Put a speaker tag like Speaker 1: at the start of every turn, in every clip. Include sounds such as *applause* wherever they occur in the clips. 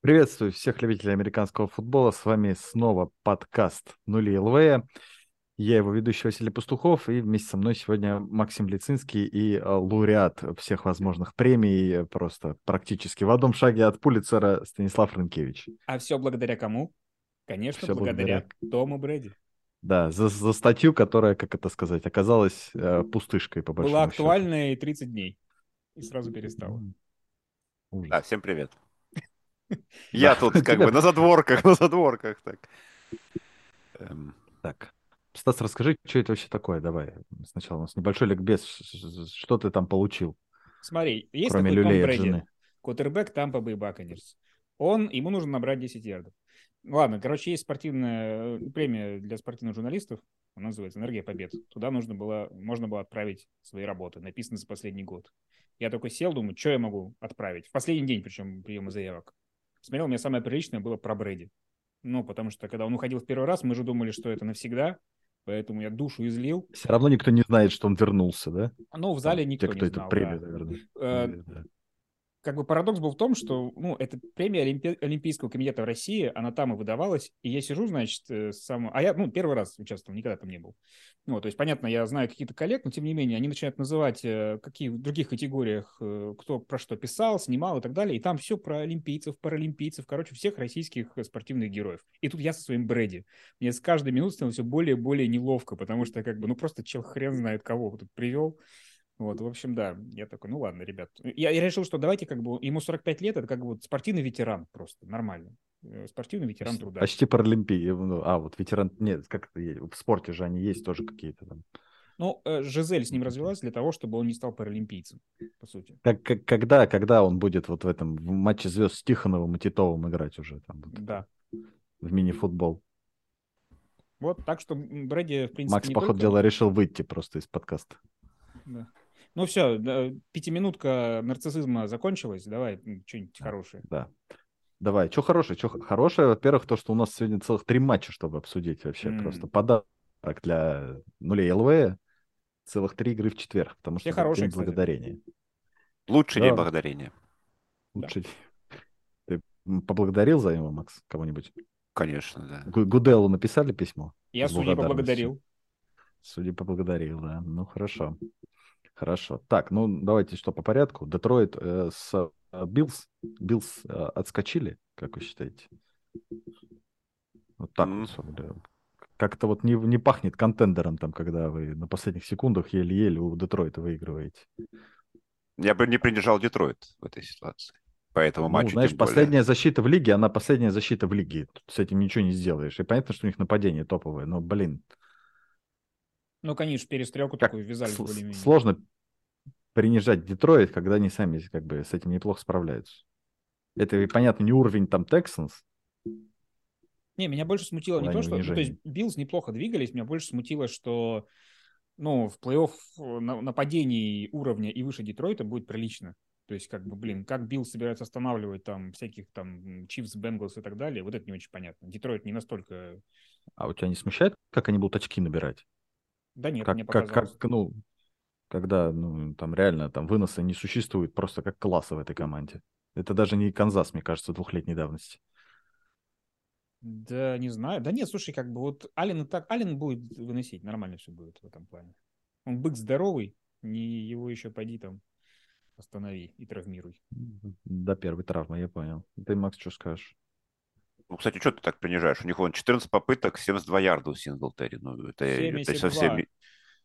Speaker 1: Приветствую всех любителей американского футбола. С вами снова подкаст «Нули ЛВ». Я его ведущий Василий Пастухов, и вместе со мной сегодня Максим Лицинский и э, лауреат всех возможных премий, э, просто практически в одном шаге от Пулицера Станислав Рынкевич.
Speaker 2: А все благодаря кому? Конечно,
Speaker 1: Всё
Speaker 2: благодаря, Тому Брэди.
Speaker 1: Да, за, за статью, которая, как это сказать, оказалась э, пустышкой, по большому
Speaker 2: Была
Speaker 1: счету.
Speaker 2: актуальна и 30 дней. И сразу перестала.
Speaker 1: М, ужас.
Speaker 3: Да,
Speaker 1: *laughs*
Speaker 3: всем привет. Я тут как бы на задворках, *laughs* на задворках так. Эм,
Speaker 1: Так. Стас, расскажи, что это вообще такое? Давай сначала у нас небольшой ликбез. Ш- ш- ш- Что ты там получил,
Speaker 2: Смотри, есть
Speaker 1: кроме
Speaker 2: такой Том
Speaker 1: люлей от
Speaker 2: Брэди.
Speaker 1: жены?
Speaker 2: Кутербэк Тампа Бэй Баконерс. Он, ему нужно набрать 10 ярдов. Ладно, короче, есть спортивная э, премия для спортивных журналистов. Она называется «Энергия побед». Туда нужно было, можно было отправить свои работы, написанные за последний год. Я такой сел, думаю, что я могу отправить. В последний день, причем, приема заявок. Смотрел, у меня самое приличное было про Брэди. Ну, потому что, когда он уходил в первый раз, мы же думали, что это навсегда. Поэтому я душу излил.
Speaker 1: Все равно никто не знает, что он вернулся, да?
Speaker 2: Но в зале
Speaker 1: Там
Speaker 2: никто
Speaker 1: Те,
Speaker 2: не
Speaker 1: кто эту
Speaker 2: знал.
Speaker 1: премию,
Speaker 2: да.
Speaker 1: наверное.
Speaker 2: Э,
Speaker 1: получили, да.
Speaker 2: как бы парадокс был в том, что, ну, это премия Олимпи- Олимпийского комитета в России, она там и выдавалась, и я сижу, значит, э, с самого... А я, ну, первый раз участвовал, никогда там не был. Ну, вот, то есть, понятно, я знаю какие-то коллег, но, тем не менее, они начинают называть, э, какие в других категориях, э, кто про что писал, снимал и так далее, и там все про олимпийцев, паралимпийцев, короче, всех российских э, спортивных героев. И тут я со своим Брэди. Мне с каждой минуты становится все более и более неловко, потому что, как бы, ну, просто чел хрен знает кого тут привел. Вот, в общем, да, я такой, ну ладно, ребят. Я, я решил, что давайте как бы, ему 45 лет, это как бы вот спортивный ветеран просто, нормально. Э, Спортивный ветеран труда.
Speaker 1: Почти паралимпии. ну, А, вот ветеран... Нет, как это е- в спорте же они есть тоже какие-то там.
Speaker 2: Ну, э, Жизель с ним развелась для того, чтобы он не стал паралимпийцем, по сути.
Speaker 1: Как, как- когда, когда он будет вот в этом в матче звезд с Тихоновым и Титовым играть уже там вот,
Speaker 2: Да.
Speaker 1: в мини-футбол?
Speaker 2: Вот, так что м, Брэди, в принципе,
Speaker 1: Макс,
Speaker 2: не
Speaker 1: по ходу
Speaker 2: только-
Speaker 1: дела, решил выйти просто из подкаста.
Speaker 2: Да. Ну все, пятиминутка нарциссизма закончилась, давай м, что-нибудь хорошее.
Speaker 1: Да. Давай, что хорошее? Что хорошее, во-первых, то, что у нас сегодня целых три матча, чтобы обсудить вообще.
Speaker 2: М.
Speaker 1: Просто подарок для нулей ЛВ. Целых три игры в четверг, потому что
Speaker 2: Все
Speaker 1: это
Speaker 2: хорошие,
Speaker 1: День
Speaker 2: кстати.
Speaker 1: благодарения.
Speaker 3: Лучше день
Speaker 1: Да.
Speaker 3: благодарения,
Speaker 2: Да.
Speaker 1: Лучше... Ты м, поблагодарил за него, Макс, кого-нибудь?
Speaker 3: конечно, да.
Speaker 1: Гу- Гуделу написали письмо?
Speaker 2: Я
Speaker 1: С
Speaker 2: судьи
Speaker 1: благодарностью.
Speaker 2: поблагодарил.
Speaker 1: Судя поблагодарил, да. Ну, хорошо. Хорошо. Так, ну, давайте что, по порядку. Детройт э, с э, Биллс. Биллс э, отскочили, как вы считаете? Вот так
Speaker 3: М.
Speaker 1: вот, собственно говоря. Как-то вот не, не пахнет контендером там, когда вы на последних секундах еле-еле у Детройта выигрываете.
Speaker 3: Я бы не принижал Детройт в этой ситуации. Поэтому
Speaker 1: Ну,
Speaker 3: матчу тем
Speaker 1: знаешь,
Speaker 3: более.
Speaker 1: последняя защита в лиге, она последняя защита в лиге. Тут с этим ничего не сделаешь. И понятно, что у них нападение топовое, но, блин,
Speaker 2: Ну, конечно, перестрелку
Speaker 1: Как
Speaker 2: такую ввязали
Speaker 1: сл-
Speaker 2: более-менее.
Speaker 1: сложно принижать Детройт, когда они сами как бы с этим неплохо справляются. Это, и, понятно, не уровень там Тексанс.
Speaker 2: Не, меня больше смутило не
Speaker 1: плане
Speaker 2: то, что... ну, то есть
Speaker 1: унижения.
Speaker 2: Биллс неплохо двигались, меня больше смутило, что ну, в плей-офф на- нападений уровня и выше Детройта будет прилично. То есть, как бы, блин, как Билл собирается останавливать там всяких там Чивс, Бенглс и так далее, вот это не очень понятно. Детройт не настолько...
Speaker 1: А у тебя не смущает, как они будут очки набирать?
Speaker 2: Да нет,
Speaker 1: как,
Speaker 2: мне
Speaker 1: как,
Speaker 2: показалось.
Speaker 1: как, ну, когда, ну, там реально там выноса не существует просто как класса в этой команде. Это даже не Канзас, мне кажется, двухлетней давности.
Speaker 2: Да, не знаю. Да нет, слушай, как бы вот Аллен и так... Аллен будет выносить, нормально все будет в этом плане. Он бык здоровый, не его еще поди там останови и травмируй.
Speaker 1: До первой травмы, я понял. Ты, Макс, что скажешь?
Speaker 3: Ну, кстати, что ты так принижаешь? У них вон 14 попыток, 72 ярда у Синглтери. Ну, это, это
Speaker 2: 72.
Speaker 3: совсем не,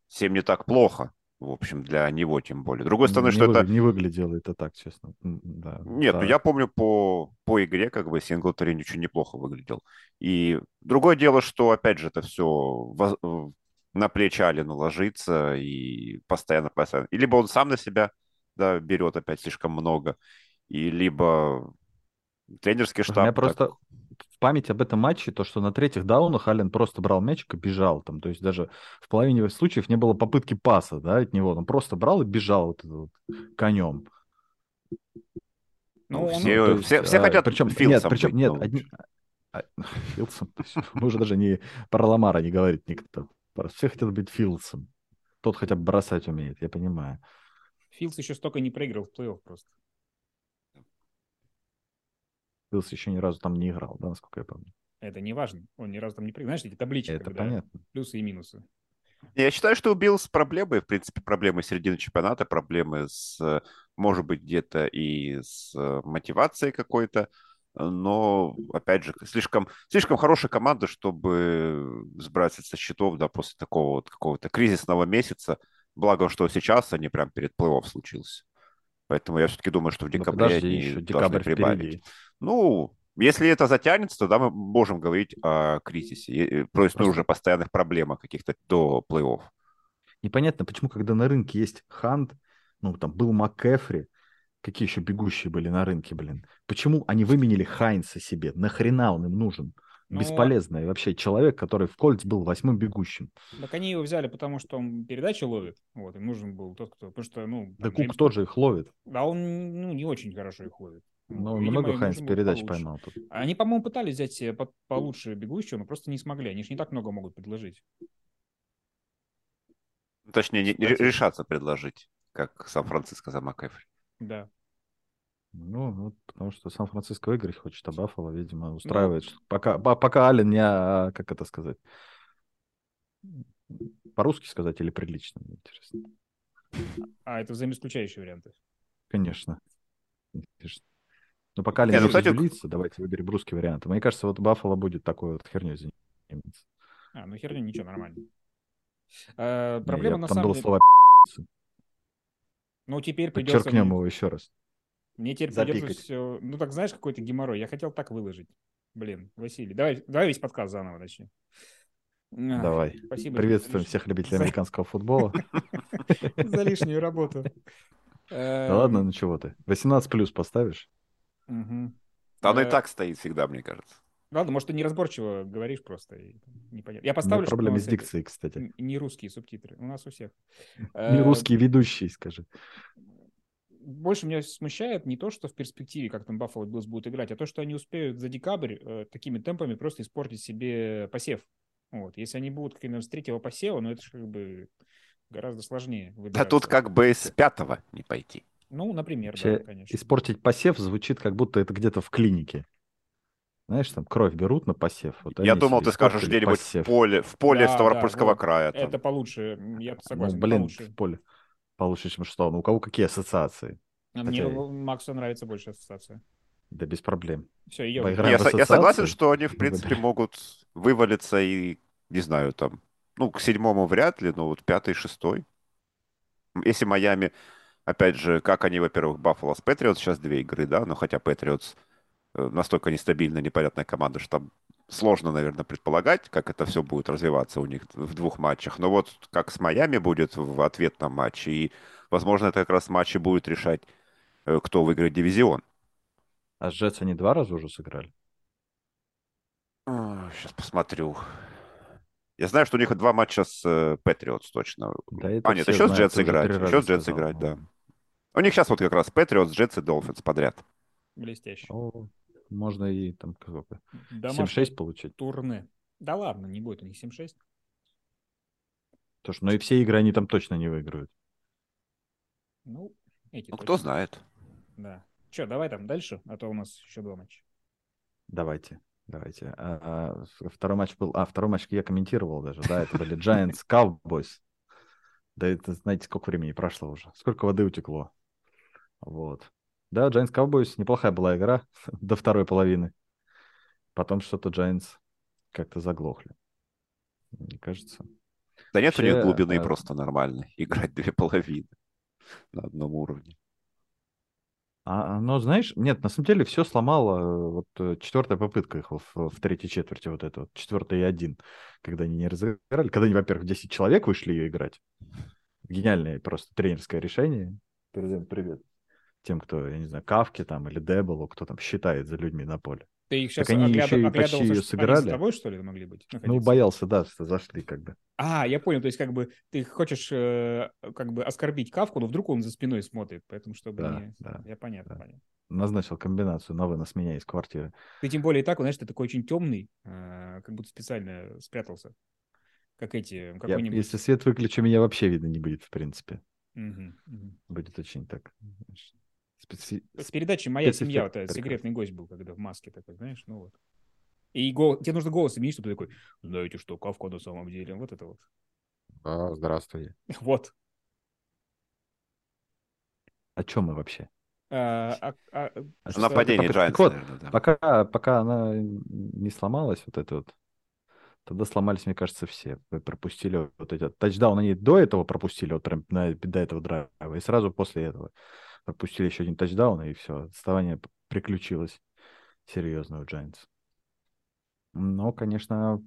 Speaker 3: совсем не так плохо, в общем, для него тем более. С другой стороны,
Speaker 1: не,
Speaker 3: что
Speaker 1: вы-
Speaker 3: это...
Speaker 1: не выглядело это так, честно. М, Да,
Speaker 3: Нет, ну
Speaker 1: да.
Speaker 3: я помню по, по игре, как бы Синглтери ничего неплохо выглядел. И другое дело, что, опять же, это все на плечи Алина ложится и постоянно, постоянно. И либо он сам на себя да, берет опять слишком много, и либо тренерский
Speaker 1: Слушай,
Speaker 3: штаб.
Speaker 1: У меня
Speaker 3: так.
Speaker 1: просто в память об этом матче, то, что на третьих даунах Аллен просто брал мячик и бежал там. То есть даже в половине случаев не было попытки паса да, от него. Он просто брал и бежал вот, это вот конем.
Speaker 3: Ну,
Speaker 2: он-
Speaker 3: все-
Speaker 1: то есть,
Speaker 3: все хотят ну.
Speaker 1: причем,
Speaker 3: Филдсом
Speaker 1: а, Нет, причем,
Speaker 3: быть,
Speaker 1: нет,
Speaker 3: но
Speaker 1: одни- а, *laughs* Филдсом, то есть мы уже даже не про Ламара не говорит никто. Просто Все хотят быть Филдсом. Тот хотя бы бросать умеет, я понимаю.
Speaker 2: Филдс еще столько не проиграл в плей-офф просто.
Speaker 1: Пилс еще ни разу там не играл, да, насколько я помню.
Speaker 2: Это не важно. Он ни разу там не при- Знаешь, эти таблички,
Speaker 1: Это
Speaker 2: когда
Speaker 1: понятно.
Speaker 2: плюсы и минусы.
Speaker 3: Я считаю, что у Биллс проблемы, в принципе, проблемы середины чемпионата, проблемы с, э, может быть, где-то и с э, мотивацией какой-то, э, но, опять же, слишком, слишком хорошая команда, чтобы сбрасывать со счетов, да, после такого вот какого-то кризисного месяца. Благо, что сейчас они прям перед плей-офф случился. Поэтому я все-таки думаю, что в
Speaker 1: Ну,
Speaker 3: декабре
Speaker 1: подожди,
Speaker 3: они
Speaker 1: еще
Speaker 3: должны
Speaker 1: декабрь
Speaker 3: прибавить.
Speaker 1: впереди.
Speaker 3: Ну, если это затянется, тогда мы можем говорить о кризисе, э, э, то есть,
Speaker 1: Просто-
Speaker 3: ну, уже постоянных проблемах каких-то до плей-офф.
Speaker 1: Непонятно, почему, когда на рынке есть Хант, ну, там был МакКефри, какие еще бегущие были на рынке, блин. Почему они выменили Хайнса себе? Нахрена он им нужен?
Speaker 2: Ну,
Speaker 1: Бесполезный вообще человек, который в Кольц был восьмым бегущим.
Speaker 2: Так они его взяли, потому что он передачи ловит. Вот, им нужен был тот, кто... Потому что, ну...
Speaker 1: Да
Speaker 2: там
Speaker 1: Кук
Speaker 2: Джеймс-
Speaker 1: тоже их ловит.
Speaker 2: Да он, ну, не очень хорошо их ловит.
Speaker 1: Ну,
Speaker 2: Вот, видимо,
Speaker 1: много
Speaker 2: им
Speaker 1: Хайнс
Speaker 2: нужен был
Speaker 1: передач
Speaker 2: получше.
Speaker 1: поймал тут.
Speaker 2: Они, по-моему, пытались взять себе по- получше бегущего, но просто не смогли. Они же не так много могут предложить.
Speaker 3: Ну, Точнее, не- не
Speaker 2: Кстати.
Speaker 3: решаться предложить, как Сан-Франциско за МакЭфри.
Speaker 2: Да.
Speaker 1: Ну, ну, потому что Сан-Франциско выиграть хочет, а Баффало,
Speaker 2: Ну,
Speaker 1: видимо, устраивает. что Пока, ба- пока Аллен не, а, как это сказать, по-русски сказать или прилично, мне интересно.
Speaker 2: А это взаимоисключающие варианты.
Speaker 1: Конечно. Конечно. Но пока Аллен
Speaker 3: Не,
Speaker 1: не
Speaker 3: ну, кстати,
Speaker 1: разделится, давайте выберем русский вариант. Мне кажется, вот Баффало будет такой вот херню заниматься.
Speaker 2: А, ну херня, ничего, нормально. Э, проблема
Speaker 1: Я
Speaker 2: на
Speaker 1: там
Speaker 2: самом
Speaker 1: было
Speaker 2: деле...
Speaker 1: слово
Speaker 2: Ну, теперь придется...
Speaker 1: подчеркнем его еще раз.
Speaker 2: Мне теперь
Speaker 1: Запикать.
Speaker 2: придется все... Ну, так знаешь, какой-то геморрой. Я хотел так выложить. Блин, Василий, давай, давай весь подкаст заново начнем. Ах,
Speaker 1: Давай.
Speaker 2: А, Спасибо. за
Speaker 1: Приветствуем
Speaker 2: лиш-
Speaker 1: всех любителей
Speaker 2: за-
Speaker 1: американского футбола.
Speaker 2: *laughs* За лишнюю
Speaker 1: *laughs*
Speaker 2: работу. Э,
Speaker 1: Да ладно, ну чего ты? 18 плюс поставишь?
Speaker 3: Да оно и
Speaker 2: Э,
Speaker 3: так стоит всегда, мне кажется.
Speaker 2: Ладно, может, ты неразборчиво говоришь просто. и непонятно. Я
Speaker 1: У меня
Speaker 2: поставлю, что у
Speaker 1: проблемы
Speaker 2: нас
Speaker 1: с
Speaker 2: это-
Speaker 1: дикцией, кстати.
Speaker 2: н- Не русские субтитры. У нас у всех.
Speaker 1: Не
Speaker 2: Э,
Speaker 1: русский ведущий, скажи.
Speaker 2: Больше меня смущает не то, что в перспективе, как там Баффало Биллс будут играть, а то, что они успеют за декабрь э, такими темпами просто испортить себе посев. Вот. Если они будут каким-то с третьего посева, ну это же как бы гораздо сложнее
Speaker 3: Да
Speaker 2: выбираться.
Speaker 3: тут как бы с пятого не пойти.
Speaker 2: Ну, например,
Speaker 1: Вообще,
Speaker 2: да, конечно.
Speaker 1: Испортить посев звучит, как будто это где-то в клинике. Знаешь, там кровь берут на посев. вот
Speaker 3: Я
Speaker 1: они
Speaker 3: думал,
Speaker 1: себе
Speaker 3: ты скажешь
Speaker 1: испортили
Speaker 3: где-нибудь в
Speaker 1: посев.
Speaker 3: поле, в поле
Speaker 2: Да, да,
Speaker 3: Ставропольского
Speaker 2: вот.
Speaker 3: края. там.
Speaker 2: Это получше, м, я
Speaker 1: Ну,
Speaker 2: согласен, это
Speaker 1: блин,
Speaker 2: получше.
Speaker 1: в поле. Получше, чем что. Ну, у кого какие ассоциации?
Speaker 2: А Мне
Speaker 1: хотя и-
Speaker 2: в- Максу нравится больше ассоциация.
Speaker 1: Да без проблем.
Speaker 2: Все, ее.
Speaker 1: Поиграем.
Speaker 3: Не, Я, со- я согласен,
Speaker 1: ассоциации.
Speaker 3: что они, в принципе,
Speaker 1: Выбирай.
Speaker 3: могут вывалиться и, не знаю, там, ну, к седьмому вряд ли, но вот пятый, шестой. Если Майами, опять же, как они, во-первых, Баффало с Патриотс, сейчас две игры, да, но хотя Патриотс э, настолько нестабильная, непонятная команда, что там сложно, наверное, предполагать, как это все будет развиваться у них в двух матчах. Но вот как с Майами будет в ответном матче, и, возможно, это как раз матчи будет решать, э, кто выиграет дивизион.
Speaker 1: А с Джетс они два раза уже сыграли?
Speaker 3: Сейчас посмотрю. Я знаю, что у них два матча с э, Патриотс точно.
Speaker 1: Да, это
Speaker 3: а, нет,
Speaker 1: все
Speaker 3: еще с
Speaker 1: знают,
Speaker 3: Джетс
Speaker 1: ты уже
Speaker 3: играть.
Speaker 1: три
Speaker 3: Еще
Speaker 1: раза
Speaker 3: с Джетс
Speaker 1: сказал,
Speaker 3: играть, да.
Speaker 1: по-моему.
Speaker 3: У них сейчас вот как раз Патриотс, Джетс и Долфинс подряд.
Speaker 2: Блестяще.
Speaker 1: О, Ну, можно и там какого-то
Speaker 2: Домашнее
Speaker 1: 7-6 получить.
Speaker 2: турне. Да ладно, не будет у них 7-6.
Speaker 1: Потому что, ну и все игры они там точно не выиграют.
Speaker 2: Ну, эти
Speaker 3: Ну,
Speaker 2: точно.
Speaker 3: кто знает.
Speaker 2: Да. Че, давай там дальше, а то у нас еще два матча.
Speaker 1: Давайте, давайте. А, а, второй матч был... А, второй матч я комментировал даже, да, это были Giants Cowboys. Да это, знаете, сколько времени прошло уже, сколько воды утекло. Вот. Да, Giants Cowboys, неплохая была игра *laughs* до второй половины. Потом что-то Giants как-то заглохли. Мне кажется.
Speaker 3: Да нет, у них
Speaker 1: Вообще,
Speaker 3: глубины
Speaker 1: э,
Speaker 3: просто нормальной. *laughs* Играть две половины на одном уровне.
Speaker 1: А, но знаешь, нет, на самом деле все сломало э, вот э, четвертая попытка их в, в третьей четверти, вот это вот, четвертая и один, когда они не разыграли, когда они, во-первых, 10 человек вышли ее играть. Гениальное просто тренерское решение. Передаем привет. Тем, кто, я не знаю, Кавки там или Дебелу, кто там считает за людьми на поле.
Speaker 2: Ты их сейчас
Speaker 1: Так они еще и почти её
Speaker 2: Они с
Speaker 1: сыграли.
Speaker 2: тобой, что ли, могли быть?
Speaker 1: Ну,
Speaker 2: находиться?
Speaker 1: боялся, да, что зашли как бы.
Speaker 2: А, я понял, то есть как бы ты хочешь э, как бы оскорбить Кавку, но вдруг он за спиной смотрит, поэтому чтобы
Speaker 1: Да,
Speaker 2: не...
Speaker 1: да,
Speaker 2: Я понятно,
Speaker 1: да.
Speaker 2: понятно.
Speaker 1: Назначил комбинацию на вынос меня из квартиры.
Speaker 2: Ты тем более и так, вот, знаешь, ты такой очень темный, э, как будто специально спрятался. Как эти,
Speaker 1: Я-
Speaker 2: какой-нибудь...
Speaker 1: если свет выключу, меня вообще видно не будет, в принципе.
Speaker 2: Мгм, мгм.
Speaker 1: Будет очень так. знаешь, Специ-
Speaker 2: В передаче «Моя
Speaker 1: Спецэффект
Speaker 2: семья» вот этот
Speaker 1: прекрасный.
Speaker 2: секретный гость был, когда в маске такой, знаешь, ну вот. И гол- тебе нужно голос изменить, чтобы ты такой, знаете что, Кавка на самом деле, вот это вот. *laughs*
Speaker 4: Да, здравствуйте.
Speaker 2: Вот.
Speaker 1: О чем мы вообще?
Speaker 2: А, а- а-
Speaker 1: О
Speaker 3: Нападение
Speaker 1: Так
Speaker 3: Giants,
Speaker 1: вот,
Speaker 3: наверное, да.
Speaker 1: Пока, пока она не сломалась, вот это вот, тогда сломались, мне кажется, все. Вы Пропустили вот эти тачдаун, они до этого пропустили, вот прям на- до этого драйва, и сразу после этого пропустили еще один тачдаун, и все, отставание п- приключилось серьезно у Giants. Но, конечно,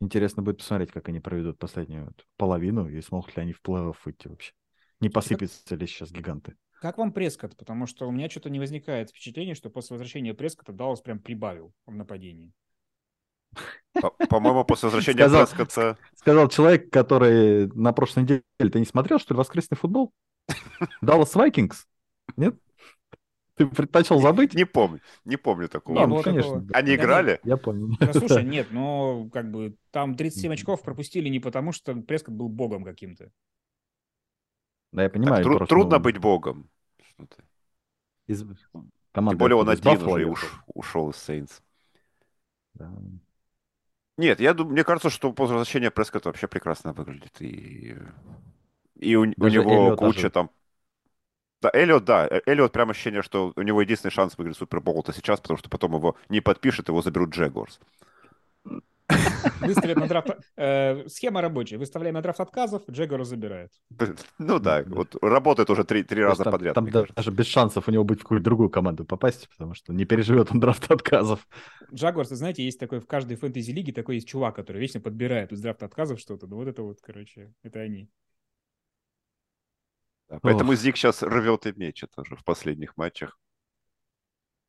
Speaker 1: интересно будет посмотреть, как они проведут последнюю вот половину, и смогут ли они в плей-офф выйти вообще. Не посыпятся ли сейчас гиганты.
Speaker 2: Как вам Прескотт? Потому что у меня что-то не возникает впечатление, что после возвращения Прескотта Даллас прям прибавил в нападении.
Speaker 3: По- По-моему, после возвращения э,
Speaker 1: Сказал.
Speaker 3: Прескотта...
Speaker 1: Сказал человек, который на прошлой неделе... Ты не смотрел, что ли, воскресный футбол? Даллас Вайкингс? Нет? Ты предпочел забыть?
Speaker 3: Не помню, не помню такого.
Speaker 2: Не,
Speaker 1: ну,
Speaker 2: было
Speaker 1: конечно.
Speaker 2: такого.
Speaker 1: да.
Speaker 3: Они
Speaker 2: Да
Speaker 3: играли?
Speaker 1: Я помню.
Speaker 2: Да,
Speaker 1: *laughs*
Speaker 2: слушай, нет, но как бы там 37 очков пропустили не потому, что Прескотт был богом каким-то.
Speaker 1: Да, я
Speaker 3: Так,
Speaker 1: понимаю.
Speaker 3: тру-
Speaker 1: просто,
Speaker 3: трудно
Speaker 1: ну,
Speaker 3: быть богом. Что ты.
Speaker 1: из
Speaker 3: Тем
Speaker 1: команды
Speaker 3: более он
Speaker 1: из
Speaker 3: один
Speaker 1: Баффало
Speaker 3: уже и
Speaker 1: ехал.
Speaker 3: уш- ушел из Сейнс.
Speaker 1: Да.
Speaker 3: Нет, я думаю, мне кажется, что после возвращения Прескотт вообще прекрасно выглядит. И, и у, у
Speaker 1: Даже
Speaker 3: него
Speaker 1: Эллиот
Speaker 3: куча
Speaker 1: ожил.
Speaker 3: там... Да, Эллиот, да. Э, Эллиот прям ощущение, что у него единственный шанс выиграть Супербол это сейчас, потому что потом его не подпишет, его заберут Джегорс. *laughs*
Speaker 2: Выставят на драфт... э, схема рабочая. Выставляем на драфт отказов, Джегора забирает.
Speaker 3: Ну да,
Speaker 1: Да.
Speaker 3: вот работает уже три, три
Speaker 1: То есть
Speaker 3: раза
Speaker 1: там-
Speaker 3: подряд.
Speaker 1: Там
Speaker 3: мне
Speaker 1: да-
Speaker 3: кажется.
Speaker 1: даже без шансов у него быть в какую-то другую команду попасть, потому что не переживет он драфт отказов.
Speaker 3: Ну,
Speaker 2: Джагуарс, вы знаете, есть такой в каждой фэнтези-лиге такой есть чувак, который вечно подбирает из драфта отказов что-то. Ну вот это вот, короче, это они.
Speaker 3: Да, Поэтому Зик сейчас рвет и мечет уже в последних матчах.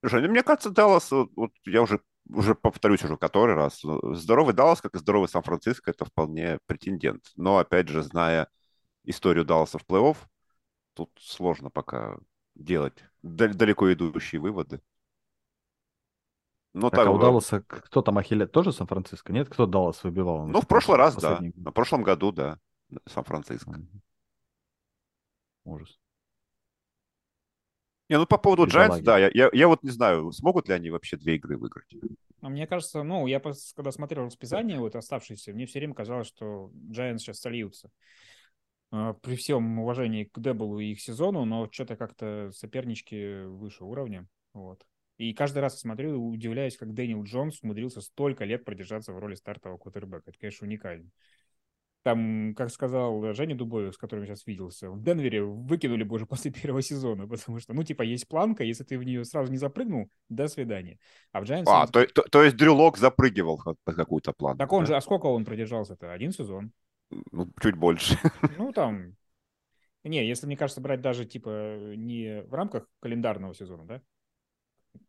Speaker 3: Слушай, ну, мне кажется, Даллас, вот, вот я уже, уже повторюсь уже который раз, э, здоровый Даллас, как и здоровый Сан-Франциско, это вполне претендент. Но, опять же, зная историю Далласа в плей-офф, тут сложно пока делать дал- далеко идущие выводы. Но
Speaker 1: Так, а у
Speaker 3: э,
Speaker 1: Далласа к- кто там Ахилле? Тоже Сан-Франциско? Нет, кто Даллас выбивал?
Speaker 3: Ну, в прошлый раз, да.
Speaker 1: Последний.
Speaker 3: На прошлом году, да. Сан-Франциско.
Speaker 1: Мгм. Ужас.
Speaker 3: Не, ну по поводу Giants,
Speaker 1: Бедолаги.
Speaker 3: да, я, я, я вот не знаю, смогут ли они вообще две игры выиграть.
Speaker 2: Но мне кажется, ну, я пос- когда смотрел расписание вот оставшееся, мне все время казалось, что Giants сейчас сольются. А, При всем уважении к Деблу и их сезону, но что-то как-то сопернички выше уровня. Вот. И каждый раз я смотрю и удивляюсь, как Дэниел Джонс умудрился столько лет продержаться в роли стартового квотербека. Это, конечно, уникально. Там, как сказал э, Женя Дубовик, с которым я сейчас виделся, в Денвере выкинули бы уже после первого сезона, потому что, ну, типа, есть планка, если ты в нее сразу не запрыгнул, до свидания. А в Giants...
Speaker 3: А,
Speaker 2: они
Speaker 3: то, то- то есть Дрюлок запрыгивал ка- на какую-то планку.
Speaker 2: так он
Speaker 3: да?
Speaker 2: же, а сколько он продержался-то? Один сезон.
Speaker 3: Ну, чуть больше. *laughs*
Speaker 2: Ну, там... Не, если, мне кажется, брать даже, типа, не в рамках календарного сезона, да?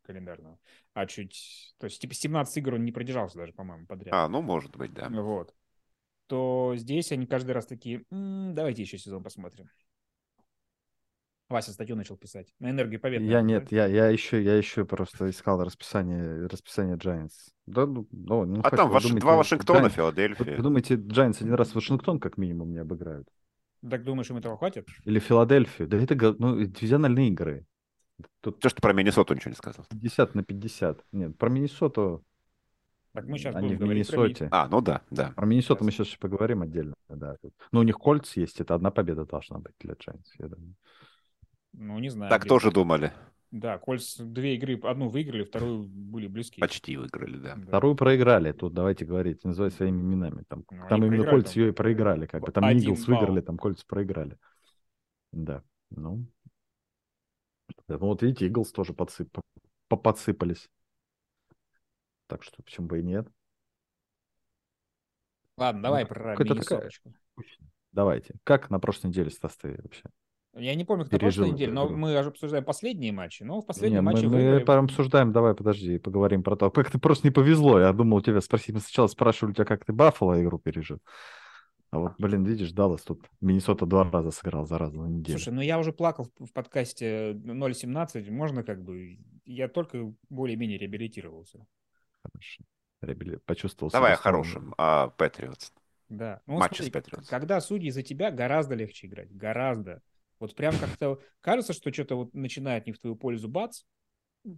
Speaker 2: Календарного. А чуть... То есть, типа, 17 игр он не продержался даже, по-моему, подряд.
Speaker 3: А, ну, может быть, да.
Speaker 2: Вот. То здесь они каждый раз такие, «М, давайте еще сезон посмотрим. Вася статью начал писать. На энергии победы.
Speaker 1: Я нет, я, я еще, я еще просто искал расписание, расписание Giants. Да, ну, ну, ну,
Speaker 3: А
Speaker 1: хоть
Speaker 3: там
Speaker 1: вы
Speaker 3: Ваш-
Speaker 1: думаете,
Speaker 3: два Вашингтона,
Speaker 1: Giants- Вы, вы
Speaker 3: Филадельфия.
Speaker 1: думаете, Giants один раз Вашингтон как минимум не обыграют?
Speaker 2: Так думаешь, им этого хватит?
Speaker 1: Или Филадельфию? Да это го- ну, дивизиональные игры. Тут
Speaker 3: То, что про Миннесоту ничего не сказал.
Speaker 1: 50 на 50. Нет, про Миннесоту
Speaker 2: Так мы сейчас
Speaker 1: они
Speaker 2: будем
Speaker 1: в
Speaker 2: говорить про
Speaker 1: Миннесоте.
Speaker 3: А, ну да, да.
Speaker 1: Про Миннесоту мы
Speaker 2: Ясно.
Speaker 1: сейчас еще поговорим отдельно. Да. тут. Ну, у них Кольц есть, это одна победа должна быть для Giants, я думаю.
Speaker 2: Ми- Ну, не знаю.
Speaker 3: Так
Speaker 2: где.
Speaker 3: тоже думали.
Speaker 2: Да, Кольц две игры, одну выиграли, вторую были близки.
Speaker 3: Почти выиграли, да.
Speaker 2: Да.
Speaker 1: Вторую проиграли, тут давайте говорить, называй своими именами. Там,
Speaker 2: Ну,
Speaker 1: там
Speaker 2: они
Speaker 1: именно
Speaker 2: проиграли,
Speaker 1: Кольц
Speaker 2: там.
Speaker 1: ее и проиграли, как бы. Там
Speaker 2: Один
Speaker 1: Иглс
Speaker 2: балл.
Speaker 1: выиграли, там Кольц проиграли. Да, ну. Да, ну вот видите, Иглс тоже подсып... по- подсыпались. Так что почему бы и нет?
Speaker 2: Ладно, давай про
Speaker 1: Ну, какая-то такая.
Speaker 2: Миннесоточку.
Speaker 1: Давайте. Как на прошлой неделе состы вообще?
Speaker 2: Я не помню, кто на
Speaker 1: Пережил
Speaker 2: прошлой
Speaker 1: эту
Speaker 2: неделе, но
Speaker 1: игру.
Speaker 2: мы же обсуждаем последние матчи. Но в
Speaker 1: Не,
Speaker 2: последнем
Speaker 1: мы,
Speaker 2: матче
Speaker 1: мы
Speaker 2: выиграли-
Speaker 1: прям обсуждаем, давай, подожди, поговорим про то, *laughs* как ты просто не повезло. Я думал, у тебя спросить, мы сначала спрашивали у тебя, как ты Баффало игру пережил. А вот, блин, видишь, Даллас тут Миннесота два раза сыграл за раз на неделю.
Speaker 2: Слушай, ну я уже плакал в в подкасте 0.17, можно как бы... Я только более-менее реабилитировался.
Speaker 1: Хорошо. Реабили- Почувствовал
Speaker 3: Давай о
Speaker 1: себя снова.
Speaker 3: хорошем. А, Патриотс.
Speaker 2: Да. Ну,
Speaker 3: Матчи
Speaker 2: смотри,
Speaker 3: с Патриотс.
Speaker 2: Когда судьи за тебя, гораздо легче играть. Гораздо. Вот прям как-то кажется, что что-то вот начинает не в твою пользу бац,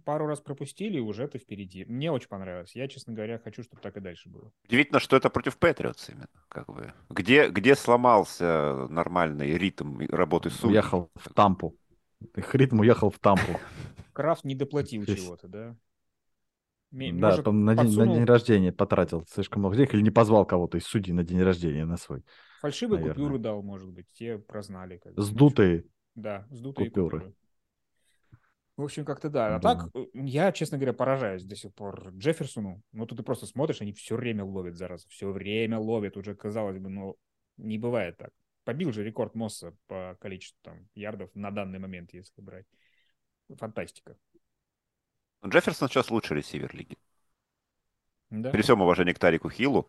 Speaker 2: пару раз пропустили, и уже ты впереди. Мне очень понравилось. Я, честно говоря, хочу, чтобы так и дальше было.
Speaker 3: Удивительно, что это против Патриотс именно, как бы. Где, где сломался нормальный ритм работы судей?
Speaker 1: Уехал в Тампу. Их ритм уехал
Speaker 2: *laughs*
Speaker 1: в Тампу.
Speaker 2: Крафт не доплатил
Speaker 1: Здесь.
Speaker 2: чего-то, да? Ме-
Speaker 1: Да,
Speaker 2: может,
Speaker 1: там на день, на
Speaker 2: подсунул
Speaker 1: день рождения потратил слишком много денег или не позвал кого-то из судей на день рождения на свой.
Speaker 2: фальшивые
Speaker 1: наверное.
Speaker 2: купюры дал, может быть, те прознали. как бы.
Speaker 1: Сдутые.
Speaker 2: Да, сдутые
Speaker 1: Купюры.
Speaker 2: купюры. В общем, как-то да. А
Speaker 1: Да.
Speaker 2: так, э, я, честно говоря, поражаюсь до сих пор Джефферсону. Ну, тут ты просто смотришь, они все время ловят, зараза. Все время ловят. Уже, казалось бы, но не бывает так. Побил же рекорд Мосса по количеству там ярдов на данный момент, если брать. Фантастика.
Speaker 3: Ну, Джефферсон сейчас лучший ресивер лиги.
Speaker 2: Да.
Speaker 3: При всем уважении к Тарику Хиллу,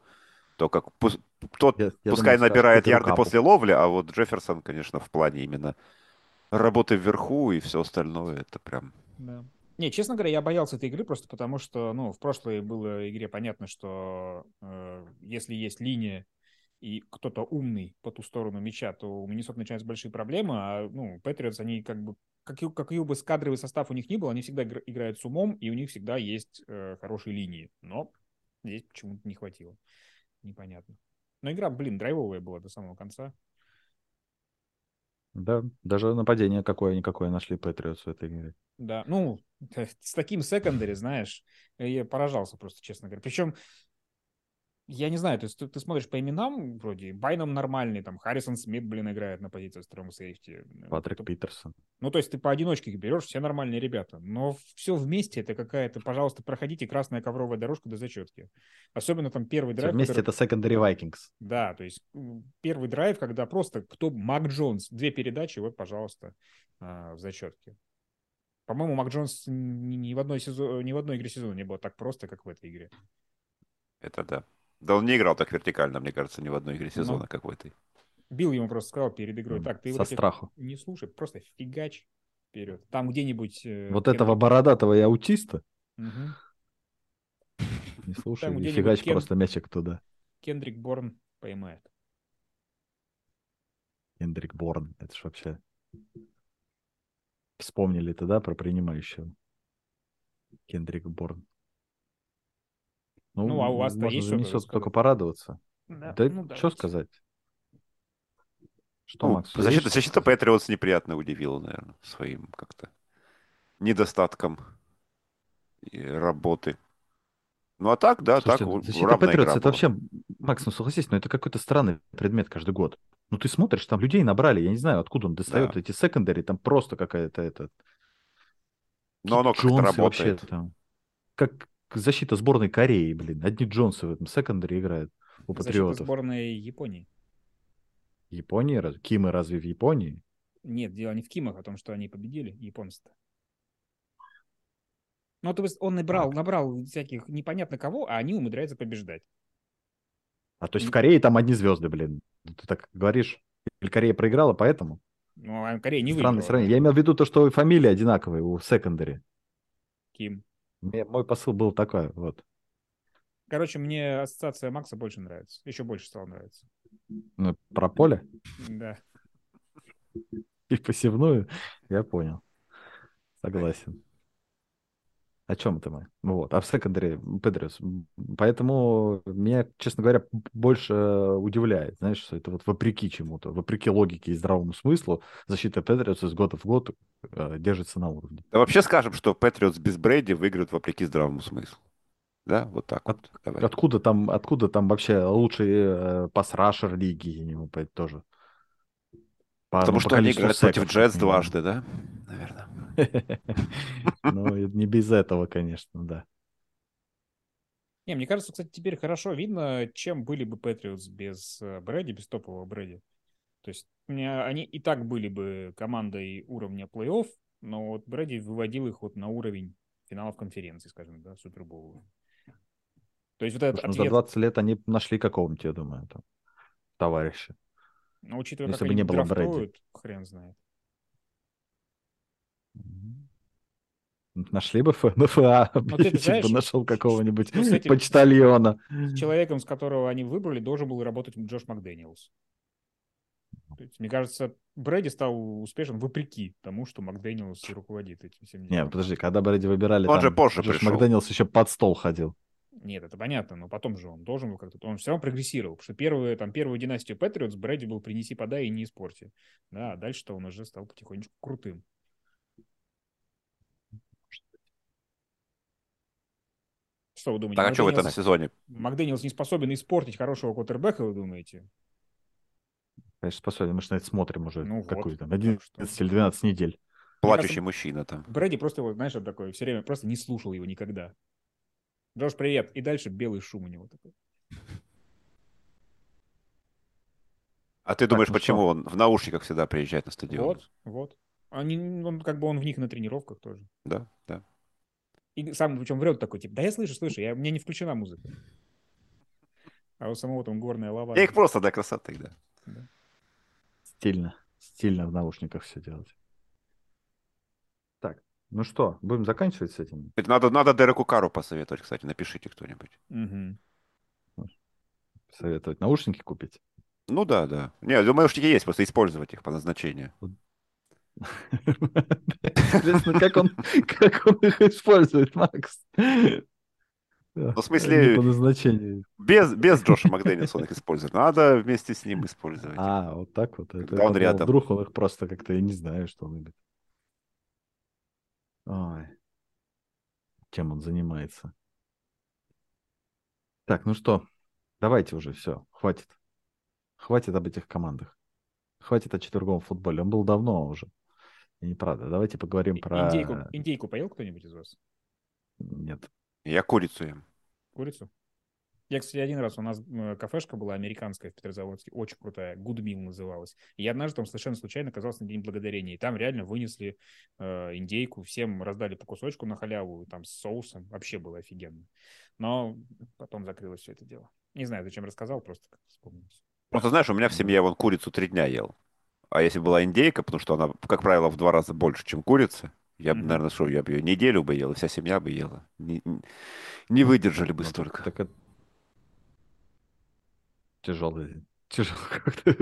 Speaker 3: то как пус- тот
Speaker 1: Я- я
Speaker 3: пускай
Speaker 1: думаю, сейчас
Speaker 3: набирает
Speaker 1: Питеру
Speaker 3: ярды
Speaker 1: Капу.
Speaker 3: после ловли, а вот Джефферсон, конечно, в плане именно работы вверху и все остальное, это прям...
Speaker 2: Да. Не, честно говоря, я боялся этой игры просто потому, что, ну, в прошлой было игре понятно, что э, если есть линия и кто-то умный по ту сторону мяча, то у Миннесоты начинаются большие проблемы, а, ну, Патриотс, они как бы, какой, какой бы кадровый состав у них ни был, они всегда игр- играют с умом, и у них всегда есть э, хорошие линии, но здесь почему-то не хватило, непонятно. Но игра, блин, драйвовая была до самого конца.
Speaker 1: Да, даже нападение какое-никакое нашли Патриотс в этой игре.
Speaker 2: Да, ну, с таким секондари, знаешь, я поражался просто, честно говоря. Причем, я не знаю, то есть ты, ты смотришь по именам вроде, Байном нормальный, там, Харрисон Смит, блин, играет на позиции втором сейфти.
Speaker 1: Патрик
Speaker 2: Ну,
Speaker 1: Питерсон.
Speaker 2: Ну, то есть ты поодиночке их берешь, все нормальные ребята. Но все вместе это какая-то, пожалуйста, проходите красная ковровая дорожка до зачетки. Особенно там первый
Speaker 1: Все
Speaker 2: драйв.
Speaker 1: вместе
Speaker 2: который-
Speaker 1: это секондари Вайкингс.
Speaker 2: Да, то есть м, первый драйв, когда просто кто Мак Джонс, две передачи, вот, пожалуйста, а, в зачетке. По-моему, Мак Джонс ни, ни в одной сезо- ни в одной игре сезона не было так просто, как в этой игре.
Speaker 3: Это да. Да он не играл так вертикально, мне кажется, ни в одной игре сезона,
Speaker 2: Ну.
Speaker 3: как в этой.
Speaker 2: Билл ему просто сказал перед игрой,
Speaker 1: М,
Speaker 2: так, ты
Speaker 1: Со
Speaker 2: вот этих
Speaker 1: страху.
Speaker 2: не слушай, просто фигач вперед. Там где-нибудь... э,
Speaker 1: Вот
Speaker 2: Кен-
Speaker 1: этого бородатого и аутиста
Speaker 2: Мгм.
Speaker 1: не слушай,
Speaker 2: Там
Speaker 1: и
Speaker 2: где-нибудь
Speaker 1: фигач
Speaker 2: Кен-
Speaker 1: просто мячик туда.
Speaker 2: Кендрик Борн поймает.
Speaker 1: Эндрик Борн, это ж вообще... Вспомнили тогда про принимающего. Кендрик Борн.
Speaker 2: Ну, а у вас-то
Speaker 1: можно
Speaker 2: есть
Speaker 1: за
Speaker 2: что
Speaker 1: Миннесоту
Speaker 2: сказать?
Speaker 1: только порадоваться.
Speaker 2: Да,
Speaker 1: Да,
Speaker 2: ну
Speaker 1: что
Speaker 2: давайте.
Speaker 1: сказать? Что,
Speaker 3: Ну,
Speaker 1: Макс? всё
Speaker 3: защита,
Speaker 1: есть?
Speaker 3: защита Патриотс неприятно удивила, наверное, своим как-то недостатком и работы. Ну а так, да,
Speaker 1: Слушайте,
Speaker 3: так у-
Speaker 1: защита
Speaker 3: равная игра
Speaker 1: Патриотс, это
Speaker 3: была.
Speaker 1: вообще, Макс, ну согласись, но это какой-то странный предмет каждый год. Ну ты смотришь, там людей набрали, я не знаю, откуда он достает
Speaker 3: Да.
Speaker 1: эти секондари, там просто какая-то это...
Speaker 3: Но оно
Speaker 1: какие-то
Speaker 3: как-то
Speaker 1: Джонсы вообще
Speaker 3: работает.
Speaker 1: там. Как защита сборной Кореи, блин. Одни Джонсы в этом секондаре играют у
Speaker 2: Защита
Speaker 1: патриотов.
Speaker 2: сборной Японии.
Speaker 1: Японии разве? Кимы разве в Японии?
Speaker 2: Нет, дело не в Кимах, о том, что они победили японцы-то. Ну, то есть он набрал, набрал всяких непонятно кого, а они умудряются побеждать.
Speaker 1: А то есть в
Speaker 2: М.
Speaker 1: Корее там одни звезды, блин. Ну, Ты так говоришь. Или Корея проиграла, поэтому?
Speaker 2: Ну, а Корея не
Speaker 1: Странное
Speaker 2: выиграла.
Speaker 1: сравнение. Я имел в виду то, что и фамилии одинаковые у секондаре.
Speaker 2: Ким.
Speaker 1: Мне- Мой посыл был такой, вот.
Speaker 2: Короче, мне ассоциация Макса больше нравится. Еще больше стала нравиться.
Speaker 1: Ну, Про поле
Speaker 2: Да.
Speaker 1: *laughs* и посевную я понял. Согласен. О чем это мы? Вот. А в секондаре Педрес. Поэтому меня, честно говоря, больше удивляет, знаешь, что это вот вопреки чему-то, вопреки логике и здравому смыслу защита Педреса из года в год э, держится на уровне.
Speaker 3: Да вообще скажем, что Патриотс без Брейди выиграют вопреки здравому смыслу. Да, вот так
Speaker 1: От-
Speaker 3: вот. давай.
Speaker 1: Откуда там, откуда там вообще лучший э, пасрашер лиги, я не могу понять, тоже? По-
Speaker 3: Потому
Speaker 1: ну, по
Speaker 3: что они
Speaker 1: количеству
Speaker 3: играют против
Speaker 1: секов,
Speaker 3: Джетс
Speaker 1: как минимум.
Speaker 3: дважды, да? Наверное.
Speaker 1: *laughs* Ну, и не без этого, конечно, да.
Speaker 2: Не, мне кажется, кстати, теперь хорошо видно, чем были бы Патриотс без э, Брэди, без топового Брэди. То есть у меня они и так были бы командой уровня плей-офф, но вот Брэди выводил их вот на уровень финалов конференции, скажем, да, Супербоула. То есть вот этот
Speaker 1: Потому что ну, за
Speaker 2: ответ,
Speaker 1: 20 лет они нашли какого-нибудь, я думаю, там, товарища.
Speaker 2: ну, учитывая,
Speaker 1: если
Speaker 2: как
Speaker 1: бы
Speaker 2: они
Speaker 1: не было Брэди.
Speaker 2: драфтуют, хрен знает.
Speaker 1: Нашли бы ФНФА,
Speaker 2: Ну, ты
Speaker 1: А, бы
Speaker 2: знаешь, ну,
Speaker 1: нашел какого-нибудь
Speaker 2: с этим-
Speaker 1: почтальона.
Speaker 2: С человеком, с которого они выбрали, должен был работать Джош МакДэниелс. То есть, Мне кажется, Брэди стал успешен вопреки тому, что Макдэниелс руководит этим всем.
Speaker 1: Не,
Speaker 2: делом.
Speaker 1: подожди, когда Брэди выбирали,
Speaker 3: Он
Speaker 1: там
Speaker 3: же позже
Speaker 1: Джош
Speaker 3: пришел.
Speaker 1: Макдэниелс еще под стол ходил.
Speaker 2: Нет, это понятно, но потом же он должен был как-то... Он все равно прогрессировал, потому что первую, там, первую династию Патриотс Брэди был «принеси, подай и не испорти». Да, а дальше-то он уже стал потихонечку крутым. Что вы думаете?
Speaker 3: Так а что в этом
Speaker 2: Макдэниелс-
Speaker 3: сезоне?
Speaker 2: Макдэниелс не способен испортить хорошего квотербека, вы думаете?
Speaker 1: Конечно, способен, мы же на это смотрим уже
Speaker 2: Ну вот,
Speaker 1: какую там,
Speaker 2: так
Speaker 1: 11
Speaker 2: что.
Speaker 1: или 12 недель.
Speaker 3: Плачущий мужчина там.
Speaker 2: Брэди просто, вот, знаешь, вот такой, все время просто не слушал его никогда. Джош, привет. И дальше белый шум у него такой.
Speaker 3: А ты думаешь,
Speaker 1: ну
Speaker 3: почему
Speaker 1: что?
Speaker 3: он в наушниках всегда приезжает на стадион?
Speaker 2: Вот, вот. Они, он как бы он в них на тренировках тоже.
Speaker 3: Да, да.
Speaker 2: И сам причем врет такой, типа, да я слышу, слышу, я, мне не включена музыка. А у самого там горная лава.
Speaker 3: Я их просто до красоты, да.
Speaker 1: Стильно. Стильно в наушниках все делать. Так, ну что, будем заканчивать с этим?
Speaker 3: Это надо, надо Дереку Кару посоветовать, кстати. Напишите кто-нибудь.
Speaker 2: Мгм.
Speaker 1: Советовать наушники купить?
Speaker 3: Ну да, да. Не, я думаю, наушники есть, просто использовать их по назначению.
Speaker 1: Интересно, как он, как он их использует, Макс? Ну,
Speaker 3: в смысле-
Speaker 1: По назначению.
Speaker 3: Без, без Джоша Макдэниелса он их использует. Надо вместе с ним использовать.
Speaker 1: А, вот так вот. Это
Speaker 3: э,
Speaker 1: я
Speaker 3: Когда он
Speaker 1: подумал,
Speaker 3: рядом.
Speaker 1: Вдруг он их просто как-то, я не знаю, что он любит. Ой. Чем он занимается. Так, ну что, давайте уже, все, хватит. Хватит об этих командах. Хватит о четверговом футболе. Он был давно уже. И неправда. Давайте поговорим
Speaker 2: И-
Speaker 1: про...
Speaker 2: Индейку, индейку поел кто-нибудь из вас?
Speaker 1: Нет.
Speaker 3: Я курицу им.
Speaker 2: Курицу? Я, кстати, один раз у нас э, кафешка была американская в Петрозаводске, очень крутая, Good Meal называлась. И я однажды там совершенно случайно оказался на День Благодарения, и там реально вынесли э, индейку, всем раздали по кусочку на халяву, там с соусом, вообще было офигенно. Но потом закрылось все это дело. Не знаю, зачем рассказал, просто как вспомнилось.
Speaker 3: Просто знаешь, у меня в семье я вон курицу три дня ел. А если была индейка, потому что она, как правило, в два раза больше, чем курица, я бы,
Speaker 2: Мгм.
Speaker 3: наверное, что, я бы ее неделю бы ел, и вся семья бы ела. Не, не- не выдержали бы
Speaker 1: Ну,
Speaker 3: столько.
Speaker 1: Так это... Тяжелый. Тяжелый. *laughs* как-то.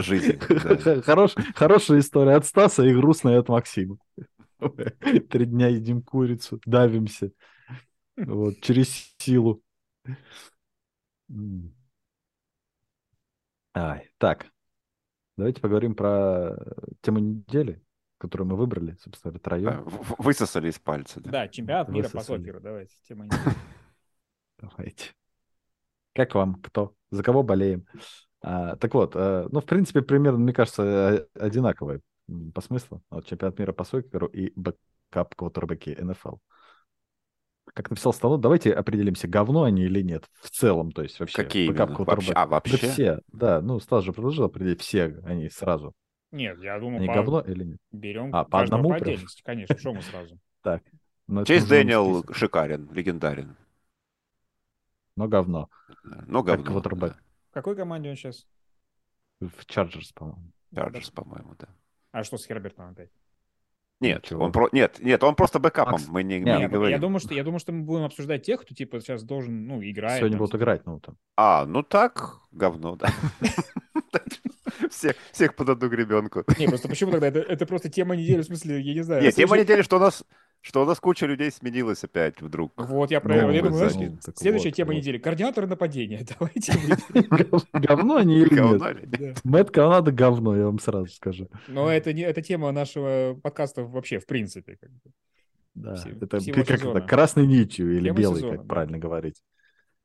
Speaker 1: *laughs*
Speaker 3: жизнь. да.
Speaker 1: Хорош- Хорошая история от Стаса и грустная от Максима. Три дня едим курицу, давимся. Вот, через силу. М. Ай, так, давайте поговорим про тему недели, которую мы выбрали, собственно, говоря,
Speaker 3: Да,
Speaker 1: троем.
Speaker 3: в- в- Высосали из пальца. да.
Speaker 2: Да, чемпионат мира по
Speaker 1: Высосали.
Speaker 2: сокеру, давайте. Тема
Speaker 1: *laughs* Давайте. Как вам? Кто? За кого болеем? А, так вот, э, ну, в принципе, примерно, мне кажется, э, одинаковые м, по смыслу. Вот чемпионат мира по сокеру и бэкап квотербеки НФЛ. Как написал Стану, давайте определимся, говно они или нет в целом, то есть вообще.
Speaker 3: Какие
Speaker 1: бэкап
Speaker 3: именно?
Speaker 1: квотербек.
Speaker 3: Вообще- А,
Speaker 1: Да
Speaker 3: вообще?
Speaker 1: все, да, ну, Стас же предложил определить все они сразу.
Speaker 2: Нет, я думал,
Speaker 1: Они
Speaker 2: по-
Speaker 1: говно или нет?
Speaker 2: берем
Speaker 1: А, по
Speaker 2: каждого
Speaker 1: одному
Speaker 2: по
Speaker 1: прям?
Speaker 2: отдельности, конечно, что мы сразу.
Speaker 1: Но это
Speaker 3: Чейз
Speaker 1: нужно нам
Speaker 3: Дэниел
Speaker 1: список.
Speaker 3: шикарен, легендарен.
Speaker 1: Но говно.
Speaker 3: Но говно.
Speaker 1: квотербек.
Speaker 2: В какой команде он сейчас?
Speaker 1: В Чарджерс, по-моему.
Speaker 3: да. Чарджерс, по-моему, да.
Speaker 2: А что с Хербертом опять?
Speaker 3: Нет,
Speaker 1: Ничего.
Speaker 3: он про... нет, нет, он просто бэкапом.
Speaker 1: Ну, Макс, ну,
Speaker 3: Мы не, мы
Speaker 1: нет,
Speaker 3: не
Speaker 2: Я,
Speaker 3: говорим.
Speaker 2: я думаю, что, я думаю, что мы будем обсуждать тех, кто типа сейчас должен, ну, играет.
Speaker 1: Сегодня
Speaker 2: там,
Speaker 1: будут играть, ну, там.
Speaker 3: А, ну так, говно, да. *laughs* Всех, всех под одну гребенку.
Speaker 2: Не, просто почему тогда? Это, это просто тема недели, в смысле, я не знаю.
Speaker 3: Нет, тема
Speaker 2: Следующий-
Speaker 3: недели, что у нас, что у нас куча людей сменилась опять вдруг.
Speaker 2: Вот, я про
Speaker 3: Ну,
Speaker 2: это. Я
Speaker 3: вот,
Speaker 2: думаю, знаешь,
Speaker 3: значит,
Speaker 1: ну, так
Speaker 2: следующая
Speaker 1: вот,
Speaker 2: тема
Speaker 1: вот.
Speaker 2: недели. Координатор нападения. *laughs* Давайте. вы-
Speaker 1: Гов- *laughs* Говно они или нет?
Speaker 3: Говно ли?
Speaker 2: да.
Speaker 1: Мэтт Канада говно, я вам сразу скажу. *laughs*
Speaker 2: Но это, не, это тема нашего подкаста вообще, в принципе. как бы.
Speaker 1: Да,
Speaker 2: Всего-
Speaker 1: это
Speaker 2: всего
Speaker 1: как
Speaker 2: сезона.
Speaker 1: это, красной нитью или
Speaker 2: Тема
Speaker 1: белой,
Speaker 2: сезона,
Speaker 1: как
Speaker 2: да.
Speaker 1: правильно говорить,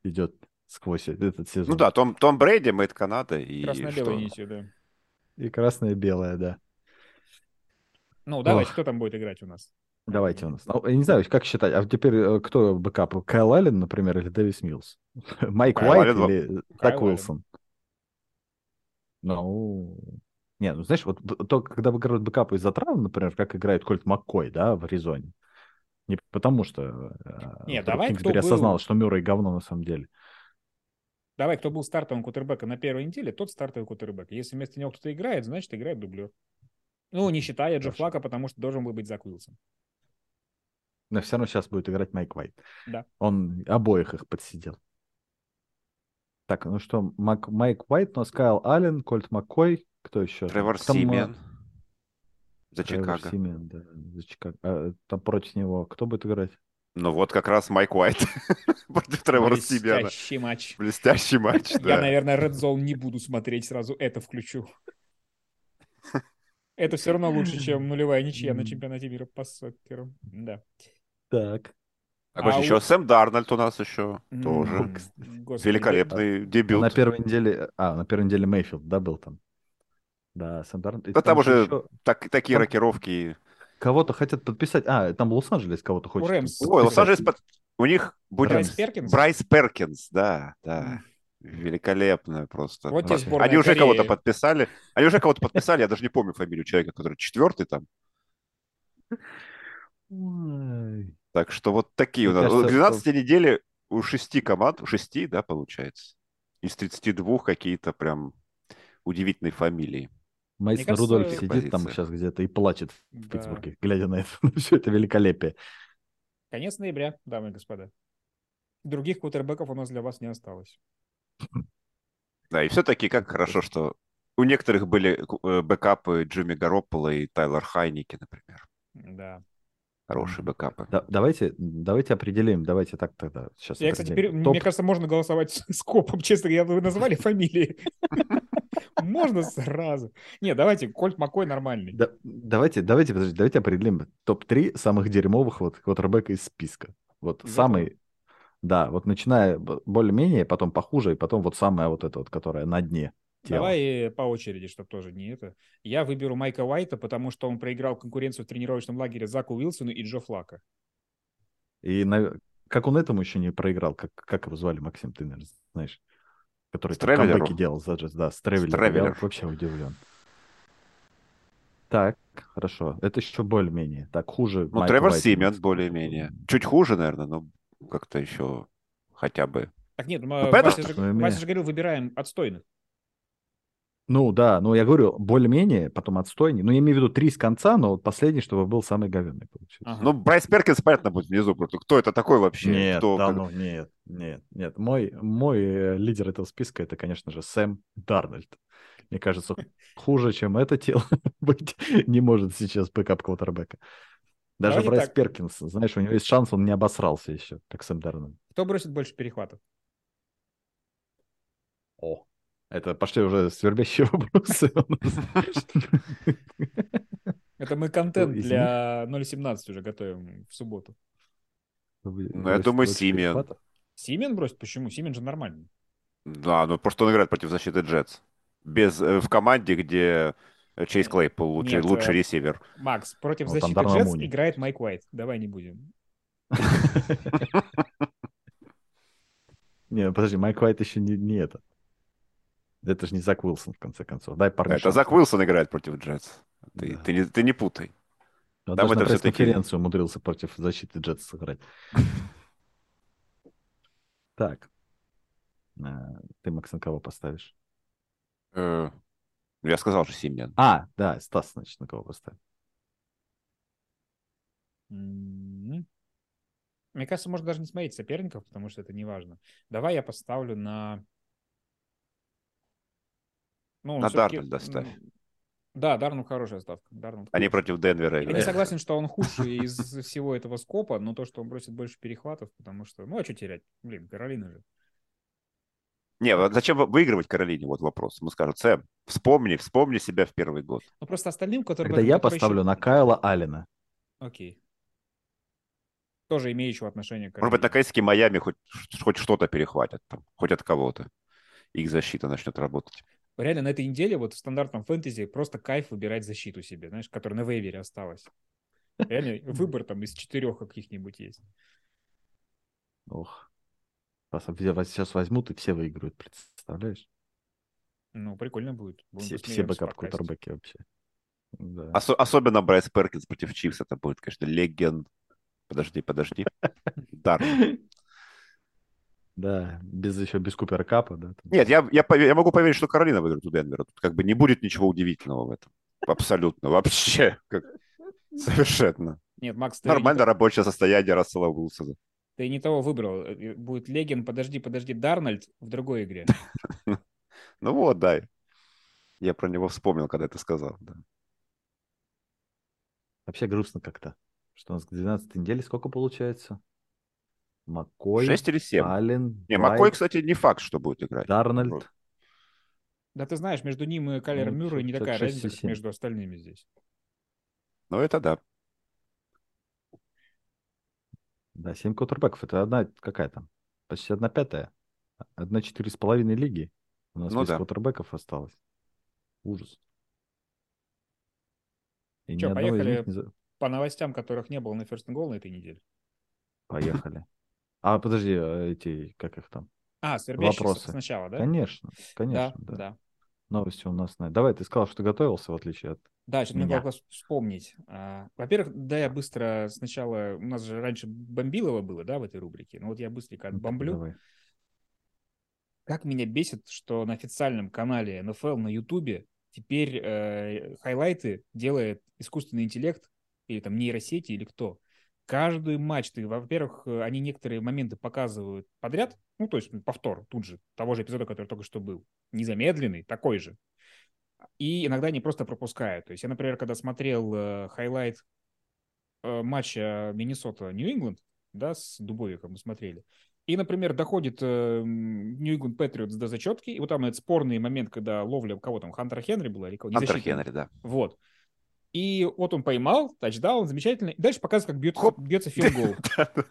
Speaker 1: идет сквозь э- этот сезон.
Speaker 3: Ну да, Том, Том Брейди, Мэтт Канада и
Speaker 2: Красно-белой
Speaker 3: что?
Speaker 2: нитью, да.
Speaker 1: И красная, и белая, да.
Speaker 2: Ну, давайте, кто там будет играть у нас?
Speaker 1: Давайте у нас. Ну, я не знаю, как считать. А теперь э, кто бэкап? Кайл Аллен, например, или Дэвис Милс? *laughs* Майк
Speaker 3: Кайл
Speaker 1: Уайт
Speaker 3: Аллен,
Speaker 1: или
Speaker 2: Кайл
Speaker 1: Зак
Speaker 2: Аллен.
Speaker 1: Уилсон? Ну, не, ну знаешь, вот б- то, когда играют бэкапы из-за травм, например, как играет Кольт Маккой, да, в Аризоне. Не потому что... э,
Speaker 2: Не,
Speaker 1: вдруг
Speaker 2: давай, кто
Speaker 1: Кингсбери
Speaker 2: был-
Speaker 1: осознал, что Мюррей говно на самом деле.
Speaker 2: Давай, кто был стартовым кутербэком на первой неделе, тот стартовый кутербэк. Если вместо него кто-то играет, значит, играет дублер. Ну, не считая Джо
Speaker 1: Хорошо.
Speaker 2: Флака, потому что должен был быть Зак Уилсон.
Speaker 1: Но все равно сейчас будет играть Майк Уайт.
Speaker 2: Да.
Speaker 1: Он обоих их подсидел. Так, ну что, Мак, Майк Уайт, но Скайл Аллен, Кольт Маккой, кто еще?
Speaker 3: Тревор
Speaker 1: Там, а,
Speaker 3: Симен за
Speaker 1: Тревор
Speaker 3: Чикаго.
Speaker 1: Симиан, да, за Чикаго. А, там против него кто будет играть?
Speaker 3: Ну вот как раз Майк Уайт *laughs* против Тревора Симена.
Speaker 2: Блестящий матч.
Speaker 3: Блестящий матч,
Speaker 2: Я,
Speaker 3: да.
Speaker 2: наверное, Red Zone не буду смотреть сразу, это включу. Это все равно лучше, чем нулевая ничья на чемпионате мира по сокеру. Да.
Speaker 1: Так.
Speaker 3: А вот
Speaker 2: А
Speaker 3: еще
Speaker 2: у-
Speaker 3: Сэм Дарнольд у нас еще тоже.
Speaker 2: М, ну, господи.
Speaker 3: Великолепный
Speaker 1: На
Speaker 3: дебют.
Speaker 1: первой неделе... А, на первой неделе Мейфилд, да, был там? Да, Сэм Дарн- и
Speaker 3: Да Ну, там
Speaker 1: же
Speaker 3: уже-
Speaker 1: еще
Speaker 3: Так- Такие
Speaker 1: Там-
Speaker 3: рокировки.
Speaker 1: Кого-то хотят подписать. А, там Лос-Анджелес кого-то хочет.
Speaker 2: Рэмс.
Speaker 3: Ой,
Speaker 1: подписать.
Speaker 3: Лос-Анджелес... под- У них будет
Speaker 2: Брайс Перкинс?
Speaker 3: Брайс Перкинс, да, да.
Speaker 2: М.
Speaker 3: Великолепно просто.
Speaker 2: Вот тебе
Speaker 3: Они
Speaker 2: сборная
Speaker 3: уже
Speaker 2: Кореи.
Speaker 3: кого-то подписали. Они уже кого-то подписали, я даже не помню фамилию человека, который четвертый там.
Speaker 1: Ой.
Speaker 3: Так что вот такие у
Speaker 1: Мне
Speaker 3: нас.
Speaker 1: кажется,
Speaker 3: К 12 недели у шести команд, у шести, да, получается, из 32 какие-то прям удивительные фамилии.
Speaker 1: Мэйсон
Speaker 2: кажется,
Speaker 1: Рудольф
Speaker 3: их
Speaker 1: сидит там
Speaker 3: позиция.
Speaker 1: сейчас где-то и плачет в
Speaker 2: Да.
Speaker 1: Питтсбурге, глядя на это, *laughs* на все это великолепие.
Speaker 2: Конец ноября, дамы и господа. Других кутербеков у нас для вас не осталось.
Speaker 3: Да, и все-таки как хорошо, что у некоторых были э, бэкапы Джимми Гароппола и Тайлор Хайники, например.
Speaker 2: Да.
Speaker 3: Хорошие бэкапы.
Speaker 1: Да- давайте, давайте определим, давайте так тогда. Сейчас
Speaker 2: Я, кстати, теперь,
Speaker 1: определим.
Speaker 2: мне
Speaker 1: Топ-
Speaker 2: кажется, можно голосовать с с копом. Честно, я вы назвали
Speaker 1: *laughs*
Speaker 2: фамилии. Можно сразу. Не, давайте, Кольт Макой нормальный.
Speaker 1: Да- давайте, давайте, подождите, давайте определим топ-3 самых дерьмовых вот квотербека из списка. Вот
Speaker 2: Из
Speaker 1: самый, да, вот начиная б- более-менее, потом похуже, и потом вот самая вот эта вот, которая на дне тела.
Speaker 2: Давай э, по очереди, чтобы тоже не это. Я выберу Майка Уайта, потому что он проиграл конкуренцию в тренировочном лагере Заку Уилсону и Джо Флака.
Speaker 1: И на- как он этому еще не проиграл, как, как его звали, Максим, ты, наверное, знаешь, который там
Speaker 3: Стревелеру?
Speaker 1: камбэки делал за Джетс, да, с Тревелером.
Speaker 3: Стревелер.
Speaker 1: Я вообще удивлен. Так, хорошо. Это еще более-менее. Так, хуже.
Speaker 3: Ну,
Speaker 1: Майк
Speaker 3: Тревор
Speaker 1: Уайт.
Speaker 3: Симмонс более-менее. Чуть хуже, наверное, но как-то еще хотя бы.
Speaker 2: Так нет, м,
Speaker 3: Ну, понятно,
Speaker 2: Вася же,
Speaker 1: что имею.
Speaker 2: Вася же говорил, выбираем отстойных.
Speaker 1: Ну, да, ну, я говорю, более-менее, потом отстойнее. Ну, я имею в виду три с конца, но вот последний, чтобы был самый говенный, получился.
Speaker 2: Ага.
Speaker 3: Ну, Брайс Перкинс, понятно, будет внизу. просто Кто это такой вообще?
Speaker 1: Нет,
Speaker 3: Кто,
Speaker 1: да,
Speaker 3: как-
Speaker 1: ну, нет, нет, нет. Мой, мой э, лидер этого списка это, конечно же, Сэм Дарнольд. Мне кажется, хуже, чем это тело *laughs* быть не может сейчас бэкап квотербека.
Speaker 3: Ну,
Speaker 1: Даже
Speaker 2: Давайте
Speaker 1: Брайс
Speaker 2: так.
Speaker 1: Перкинс, знаешь, у него есть шанс, он не обосрался еще, как Сэм Дарнольд.
Speaker 2: Кто бросит больше перехватов?
Speaker 1: О, это пошли уже свербящие *laughs* вопросы. у нас.
Speaker 2: Это мы контент
Speaker 1: Извини.
Speaker 2: для 0.17 уже готовим в субботу.
Speaker 3: Ну, я думаю, Симиан.
Speaker 2: Симен бросит? Почему? Симен же нормальный.
Speaker 3: Да, ну просто он играет против защиты Джетс. Без, э, в команде, где э, Чейз
Speaker 1: Э,
Speaker 3: Клейпл лучший,
Speaker 2: Нет,
Speaker 3: лучший
Speaker 2: э,
Speaker 3: ресивер.
Speaker 2: Макс, против
Speaker 1: Ну, там
Speaker 2: защиты
Speaker 1: Дарнелл
Speaker 2: Джетс
Speaker 1: Муни.
Speaker 2: играет Майк Уайт. Давай не будем.
Speaker 1: *laughs* Не, ну, подожди, Майк Уайт еще не, не это. Это же не Зак Уилсон, в конце концов. Дай парню
Speaker 3: Это
Speaker 1: шанс.
Speaker 3: Зак Уилсон играет против Джетс. Ты,
Speaker 1: Да.
Speaker 3: ты не, ты не путай.
Speaker 1: Он даже
Speaker 3: Там
Speaker 1: на
Speaker 3: это всё-таки-
Speaker 1: пресс-конференцию умудрился против защиты Джетс сыграть.
Speaker 3: *laughs*
Speaker 1: Так. А, Ты, Максим, кого поставишь?
Speaker 3: Э, Я сказал же Симмон.
Speaker 1: А, да, Стас, значит, на кого поставишь.
Speaker 2: М. Мне кажется, можно даже не смотреть соперников, потому что это не важно. Давай я поставлю на... Ну, он
Speaker 3: На
Speaker 2: всё-таки-
Speaker 3: Дарнольда ставь.
Speaker 2: м, Да, Дарну хорошая ставка. Дарнольд
Speaker 3: Они
Speaker 2: хороший.
Speaker 3: против Денвера
Speaker 2: Я не
Speaker 3: играют.
Speaker 2: согласен, что он
Speaker 3: *laughs*
Speaker 2: худший из всего этого скопа, но то, что он бросит больше перехватов, потому что... Ну, а что терять? Блин, Каролина же.
Speaker 3: Не, вот зачем выигрывать Каролине? Вот вопрос. Ему скажут, Сэм, вспомни, вспомни себя в первый год.
Speaker 2: Ну, просто остальным, которые...
Speaker 1: Тогда я поставлю на Кайла Аллена.
Speaker 2: Окей. Тоже имеющего отношение к...
Speaker 3: Может быть, на
Speaker 2: Каролине.
Speaker 3: Кайске Майами хоть, хоть что-то перехватят, там, хоть от кого-то. Их защита начнет работать.
Speaker 2: Реально на этой неделе вот в стандартном фэнтези просто кайф выбирать защиту себе, знаешь, которая на вейвере осталась.
Speaker 1: *laughs*
Speaker 2: Реально выбор там из четырех каких-нибудь есть.
Speaker 1: Ох. Вас обве- вас сейчас возьмут и все выиграют, представляешь?
Speaker 2: Ну, прикольно будет. Будем
Speaker 1: Все, все
Speaker 2: посмеемся в
Speaker 1: бэкап
Speaker 2: подкасте.
Speaker 1: кутербеки вообще. Да.
Speaker 3: Осо- особенно Брайс Перкинс против Чивс. Это будет, конечно, леген. Подожди, подожди. Дар.
Speaker 1: Да, без еще без Купера Капа, да. там.
Speaker 3: Нет, я, я, пове- я могу поверить, что Каролина выиграет у Денвера. Тут как бы не будет ничего удивительного в этом. Абсолютно. Вообще. как- Совершенно.
Speaker 2: Нет, Макс, ты,
Speaker 3: Нормально рабочее состояние Рассела Уилсона.
Speaker 2: не- Ты не того выбрал. Э, Будет Легин, подожди, подожди, Дарнольд в другой игре.
Speaker 3: Ну вот, да. Я про него вспомнил, когда это сказал. да.
Speaker 1: Вообще грустно как-то. Что у нас к 12 неделе сколько получается? Маккой,
Speaker 3: Шесть или семь.
Speaker 1: А Аллен,
Speaker 3: Не,
Speaker 1: Блайт,
Speaker 3: Маккой, кстати, не факт, что будет играть.
Speaker 1: Дарнольд.
Speaker 2: Да ты знаешь, между ним и Калер
Speaker 1: Ну,
Speaker 2: Мюррей не
Speaker 1: всё,
Speaker 2: такая
Speaker 1: 56 и
Speaker 2: разница, как
Speaker 1: 7.
Speaker 2: между остальными здесь.
Speaker 3: Ну это да.
Speaker 1: Да, 7 кутербеков. Это одна какая там? Почти одна пятая. Одна четыре с половиной лиги. У нас
Speaker 3: Ну
Speaker 1: без
Speaker 3: да.
Speaker 1: квотербеков осталось. Ужас. И
Speaker 2: Чё,
Speaker 1: ни одного из
Speaker 2: поехали?
Speaker 1: них не за-
Speaker 2: По новостям, которых не было на First and Goal на этой неделе.
Speaker 1: Поехали. А, подожди, а эти, как их там?
Speaker 2: А, свербящийся
Speaker 1: Вопросы.
Speaker 2: сначала, да?
Speaker 1: Конечно, конечно, да.
Speaker 2: да, да.
Speaker 1: Новости у нас. на- Давай, ты сказал, что готовился, в отличие от...
Speaker 2: Да, что-то мне
Speaker 1: Меня.
Speaker 2: хотелось вспомнить. А, Во-первых, да, я быстро сначала... У нас же раньше Бомбилова было, да, в этой рубрике. Ну вот я быстренько
Speaker 1: Ну,
Speaker 2: отбомблю.
Speaker 1: давай.
Speaker 2: Как меня бесит, что на официальном канале НФЛ на Ютубе теперь э, хайлайты делает искусственный интеллект или там нейросети или кто. Каждый матч, ты, во-первых, э, они некоторые моменты показывают подряд, ну, то есть повтор тут же, того же эпизода, который только что был. Незамедленный, такой же. И иногда они просто пропускают. То есть я, например, когда смотрел э, хайлайт э, матча Миннесота-Нью-Ингланд, да, с Дубовиком мы смотрели, и, например, доходит э, Нью-Ингланд Патриотс до зачетки, и вот там этот спорный момент, когда ловля кого там, Хантера Хенри была или кого?
Speaker 3: Антер
Speaker 2: Незащитника.
Speaker 3: Хенри, да.
Speaker 2: Вот. И вот он поймал, тачдаун, замечательно. И дальше показывает, как бьет,
Speaker 3: Хоп.
Speaker 2: бьется филгол.
Speaker 3: Ну,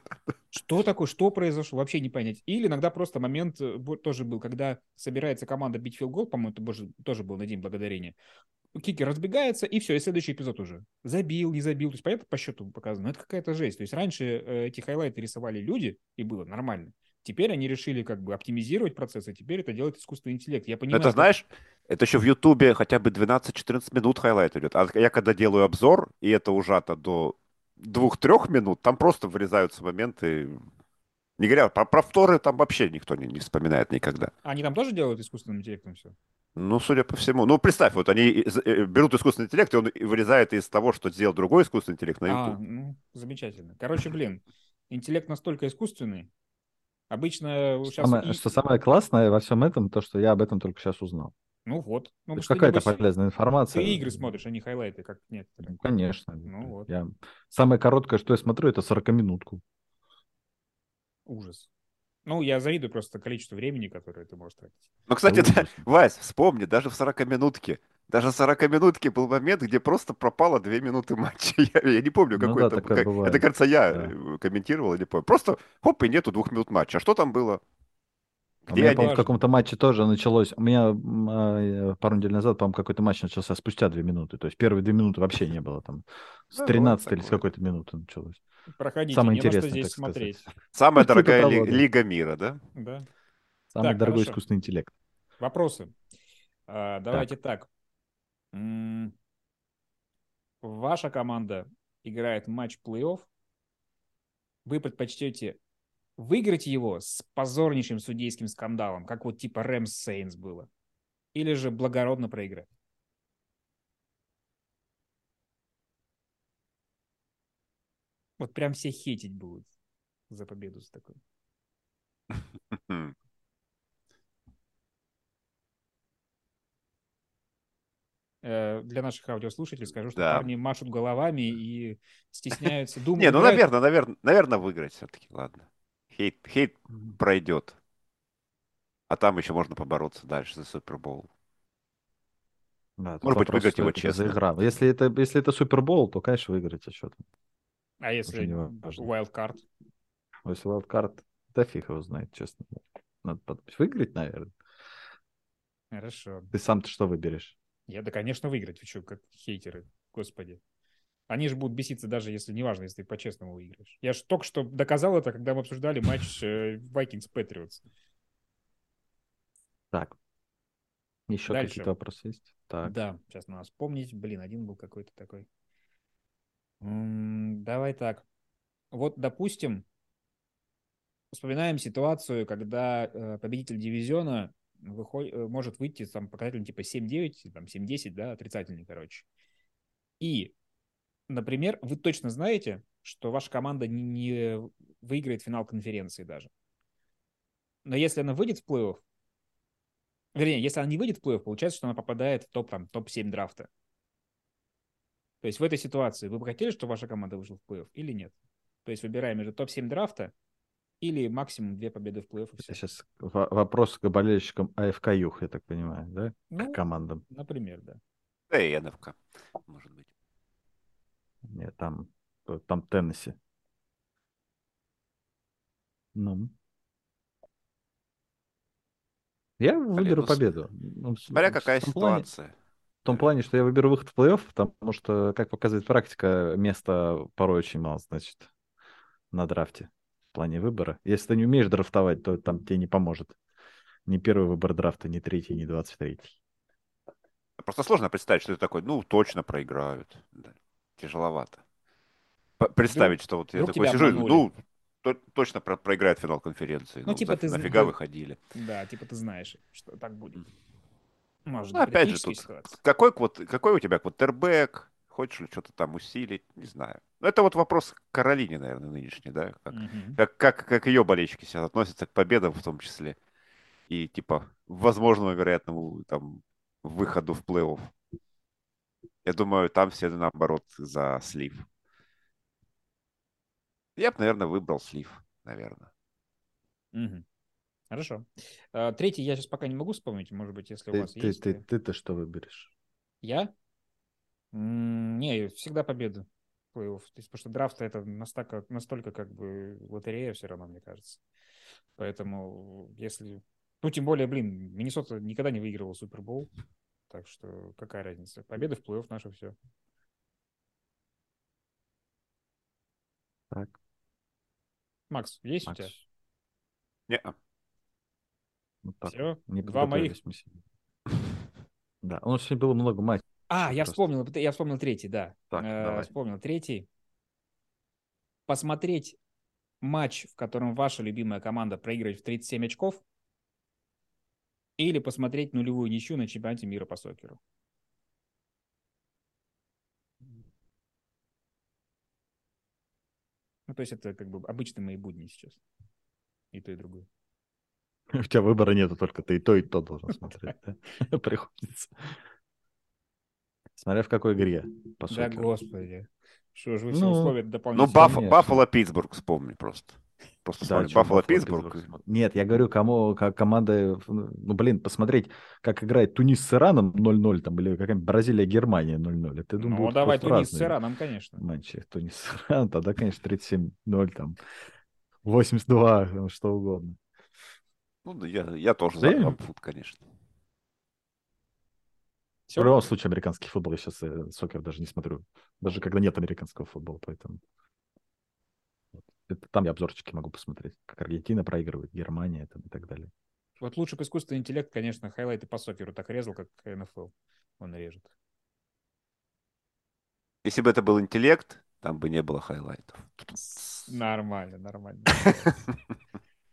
Speaker 2: Что такое, что произошло, вообще не понять. Или иногда просто момент э, бу- тоже был, когда собирается команда бить филгол, по-моему, это боже- тоже был на День Благодарения. Кикер разбегается, и все, и следующий эпизод уже. Забил, не забил. То есть, понятно, по счету показано, но это какая-то жесть. То есть, раньше э, эти хайлайты рисовали люди, и было нормально. Теперь они решили как бы оптимизировать процесс, и теперь это делает искусственный интеллект. Я
Speaker 3: Ну,
Speaker 2: понимаю,
Speaker 3: это
Speaker 2: как-
Speaker 3: знаешь, это еще в Ютубе хотя бы 12-14 минут хайлайт идет. А я когда делаю обзор, и это ужато до 2-3 минут, там просто вырезаются моменты. Не говоря, про, про вторые там вообще никто не, не вспоминает никогда.
Speaker 2: Они там тоже делают искусственным интеллектом все? Ну,
Speaker 3: Ну, судя по всему. Ну, представь, вот они из- э, берут искусственный интеллект, и он и вырезает из того, что сделал другой искусственный интеллект на
Speaker 2: А,
Speaker 3: YouTube.
Speaker 2: ну, замечательно. Короче, блин, интеллект настолько искусственный. Обычно сейчас...
Speaker 1: Самое-
Speaker 2: Ну, и-
Speaker 1: Что самое классное во всем этом, то, что я об этом только сейчас узнал.
Speaker 2: Ну вот. Ну, потому
Speaker 1: То есть
Speaker 2: что ты,
Speaker 1: какая-то
Speaker 2: небось,
Speaker 1: полезная информация.
Speaker 2: Ты игры смотришь, а не хайлайты, как некоторые.
Speaker 1: Ну, конечно.
Speaker 2: Ну вот.
Speaker 1: Я... Самое короткое, что я смотрю, это 40-минутку.
Speaker 2: Ужас. Ну, я завидую просто количеству времени, которое ты можешь тратить.
Speaker 3: Ну, кстати, да, *laughs* Вась, вспомни, даже в 40-минутке. Даже в 40-минутке был момент, где просто пропало 2 минуты матча. *laughs* Я, я не помню,
Speaker 1: Ну
Speaker 3: какой
Speaker 1: да,
Speaker 3: это.
Speaker 1: такое
Speaker 3: как-
Speaker 1: бывает.
Speaker 3: это, кажется, я
Speaker 1: Да.
Speaker 3: э, комментировал, я не помню. Просто хоп, и нету двух минут матча. А что там было?
Speaker 1: У
Speaker 3: Где
Speaker 1: меня,
Speaker 3: они?
Speaker 1: по-моему, в каком-то матче тоже началось. У меня м, э, пару недель назад, по-моему, какой-то матч начался спустя две минуты. То есть первые две минуты вообще не было там. С
Speaker 3: Да,
Speaker 1: 13 или
Speaker 3: бывает
Speaker 1: с
Speaker 3: такое.
Speaker 1: какой-то минуты началось.
Speaker 2: Проходите,
Speaker 1: Самое
Speaker 2: не на что
Speaker 1: интересное,
Speaker 2: здесь
Speaker 1: так сказать.
Speaker 2: смотреть.
Speaker 3: Самая
Speaker 1: Что-то
Speaker 3: дорогая ли-
Speaker 1: того, да.
Speaker 3: лига мира, да?
Speaker 2: Да.
Speaker 1: Самый
Speaker 2: Так,
Speaker 1: дорогой
Speaker 2: хорошо.
Speaker 1: искусственный интеллект.
Speaker 2: Вопросы. А, давайте так. М, Ваша команда играет матч плей-офф. Вы предпочтете выиграть его с позорнейшим судейским скандалом, как вот типа Рэмс Сейнс было, или же благородно проиграть? Вот прям все хейтить будут за победу за такой.
Speaker 3: Хм.
Speaker 2: Э, Для наших аудиослушателей скажу, что
Speaker 3: Да.
Speaker 2: парни машут головами и стесняются, думают.
Speaker 3: Не, ну,
Speaker 2: играют.
Speaker 3: наверное, наверное, наверное, выиграть все-таки, ладно. Хейт, хейт пройдет. А там еще можно побороться дальше за Супербол.
Speaker 1: Да, тут
Speaker 3: Может быть,
Speaker 1: вопрос,
Speaker 3: выиграть
Speaker 1: что
Speaker 3: его
Speaker 1: это за
Speaker 3: честно.
Speaker 1: игра. Если это, если это Супербол, то, конечно, выиграть а что там.
Speaker 2: А если
Speaker 1: не важно.
Speaker 2: wildcard?
Speaker 1: А Если wildcard, да фиг его знает, честно. Надо подумать. выиграть, наверное.
Speaker 2: Хорошо.
Speaker 1: Ты сам-то что выберешь?
Speaker 2: Я, да, конечно, выиграть. Вы что, как хейтеры, господи. Они же будут беситься, даже если неважно, если ты по-честному выиграешь. Я же только что доказал это, когда мы обсуждали матч э, Vikings Patriots.
Speaker 1: Так. Еще
Speaker 2: Дальше.
Speaker 1: какие-то вопросы есть? Так.
Speaker 2: Да, сейчас надо вспомнить. Блин, один был какой-то такой. М, Давай так. Вот, допустим, вспоминаем ситуацию, когда э, победитель дивизиона выход- э, может выйти с там, показателем типа 7-9, там 7-10, да, отрицательный, короче. И, например, вы точно знаете, что ваша команда не, не выиграет финал конференции даже. Но если она выйдет в плей-офф, вернее, если она не выйдет в плей-офф, получается, что она попадает в топ, там, топ-7 драфта. То есть в этой ситуации вы бы хотели, чтобы ваша команда вышла в плей-офф или нет? То есть выбираем между топ-7 драфта или максимум две победы в плей-офф. и всё.
Speaker 1: Это сейчас вопрос к болельщикам АФК Юг, я так понимаю, да?
Speaker 2: Ну,
Speaker 1: К командам.
Speaker 2: например, да.
Speaker 3: Да и НФК, может
Speaker 1: Ну,
Speaker 3: быть.
Speaker 1: Нет, там, э, там Теннесси. Ну. Я выберу
Speaker 3: ну, с-
Speaker 1: победу. Ну, с-
Speaker 3: Смотря
Speaker 1: в
Speaker 3: какая
Speaker 1: том плане-
Speaker 3: ситуация.
Speaker 1: в том плане, что я выберу выход в плей-офф, потому что, как показывает практика, места порой очень мало, значит, на драфте в плане выбора. Если ты не умеешь драфтовать, то там тебе не поможет ни первый выбор драфта, ни третий, ни двадцать третий.
Speaker 3: Просто сложно представить, что ты такой, ну, точно проиграют. Да. Тяжеловато. П- Представить, что вот я
Speaker 2: вдруг
Speaker 3: такой
Speaker 2: тебя
Speaker 3: сижу, и, ну,
Speaker 2: обманули.
Speaker 3: то- точно про- проиграет финал конференции.
Speaker 2: Ну, типа
Speaker 3: заф-
Speaker 2: ты зн-
Speaker 3: нафига
Speaker 2: ты-
Speaker 3: выходили.
Speaker 2: Да, типа ты знаешь, что так будет. Может,
Speaker 3: Ну, опять же,
Speaker 2: критические
Speaker 3: тут
Speaker 2: ситуации.
Speaker 3: Какой, квот- какой у тебя квотербек? Хочешь ли что-то там усилить? Не знаю. Ну, это вот вопрос к Каролине, наверное, нынешней, да? Как,
Speaker 2: Мгм.
Speaker 3: как, как, как ее болельщики сейчас относятся к победам в том числе. И, типа, возможному, вероятному там выходу в плей-офф. Я думаю, там все, наоборот, за слив. Я бы, наверное, выбрал слив, наверное.
Speaker 2: Мгм. Хорошо. А, Третий я сейчас пока не могу вспомнить, может быть, если у
Speaker 1: Ты,
Speaker 2: вас
Speaker 1: ты,
Speaker 2: есть.
Speaker 1: ты,
Speaker 2: э,
Speaker 1: ты-то что выберешь?
Speaker 2: Я? М, Не, всегда победа плей-офф. То есть, потому что драфт это настолько, настолько как бы лотерея все равно, мне кажется. Поэтому если... Ну, тем более, блин, Миннесота никогда не выигрывал Супербол. Так что какая разница? Победа в плей-офф наше все.
Speaker 1: Так,
Speaker 2: Макс, есть у
Speaker 1: Макс.
Speaker 2: тебя?
Speaker 1: а,
Speaker 3: Неа.
Speaker 1: Вот так.
Speaker 2: Все?
Speaker 1: Не
Speaker 2: Два моих.
Speaker 1: подготовились мы сегодня. *laughs* Да, у нас сегодня было много матчей. *laughs*
Speaker 2: А, я
Speaker 1: Просто.
Speaker 2: вспомнил, пот- я вспомнил третий, да.
Speaker 3: Так,
Speaker 2: Э,
Speaker 3: давай.
Speaker 2: Вспомнил третий. Посмотреть матч, в котором ваша любимая команда проигрывает в 37 очков, или посмотреть нулевую ничью на чемпионате мира по сокеру. Ну, то есть это как бы обычные мои будни сейчас. И то, и другое.
Speaker 1: У тебя выбора нету, только ты и то, и то должен смотреть. да? *laughs* Приходится. Смотря в какой игре, по
Speaker 2: Да,
Speaker 1: сути.
Speaker 2: господи. Что же вы все
Speaker 1: Ну,
Speaker 2: условия
Speaker 3: Ну,
Speaker 2: дополнительно...
Speaker 3: Бафф-
Speaker 1: конечно.
Speaker 3: Баффало-Питтсбург вспомни просто.
Speaker 1: Да,
Speaker 3: Просто вспомни
Speaker 1: чё,
Speaker 3: Баффало-Питтсбург.
Speaker 1: Питтсбург. Нет, я говорю, кому как команда, ну блин, посмотреть, как играет Тунис с Ираном 0-0 там или какая-нибудь Бразилия Германия 0-0. Это, я думаю,
Speaker 2: Ну,
Speaker 1: будут
Speaker 2: давай
Speaker 1: просто
Speaker 2: Тунис с
Speaker 1: разные
Speaker 2: Ираном, конечно.
Speaker 1: матчи. Тунис с Ираном, тогда, конечно, 37-0 там, 82, там, что угодно.
Speaker 3: Ну, да я, я тоже
Speaker 1: Да
Speaker 3: за
Speaker 1: я-
Speaker 3: Баффут, конечно.
Speaker 1: В
Speaker 2: Всё?
Speaker 1: любом случае, американский футбол я сейчас сокер даже не смотрю. Даже когда нет американского футбола, поэтому... Вот. Это там я обзорчики могу посмотреть, как Аргентина проигрывает, Германия там, и так далее.
Speaker 2: Вот лучше бы искусственный интеллект, конечно, хайлайты по сокеру так резал, как НФЛ. Он режет.
Speaker 3: Если бы это был интеллект, там бы не было хайлайтов.
Speaker 2: Нормально, нормально.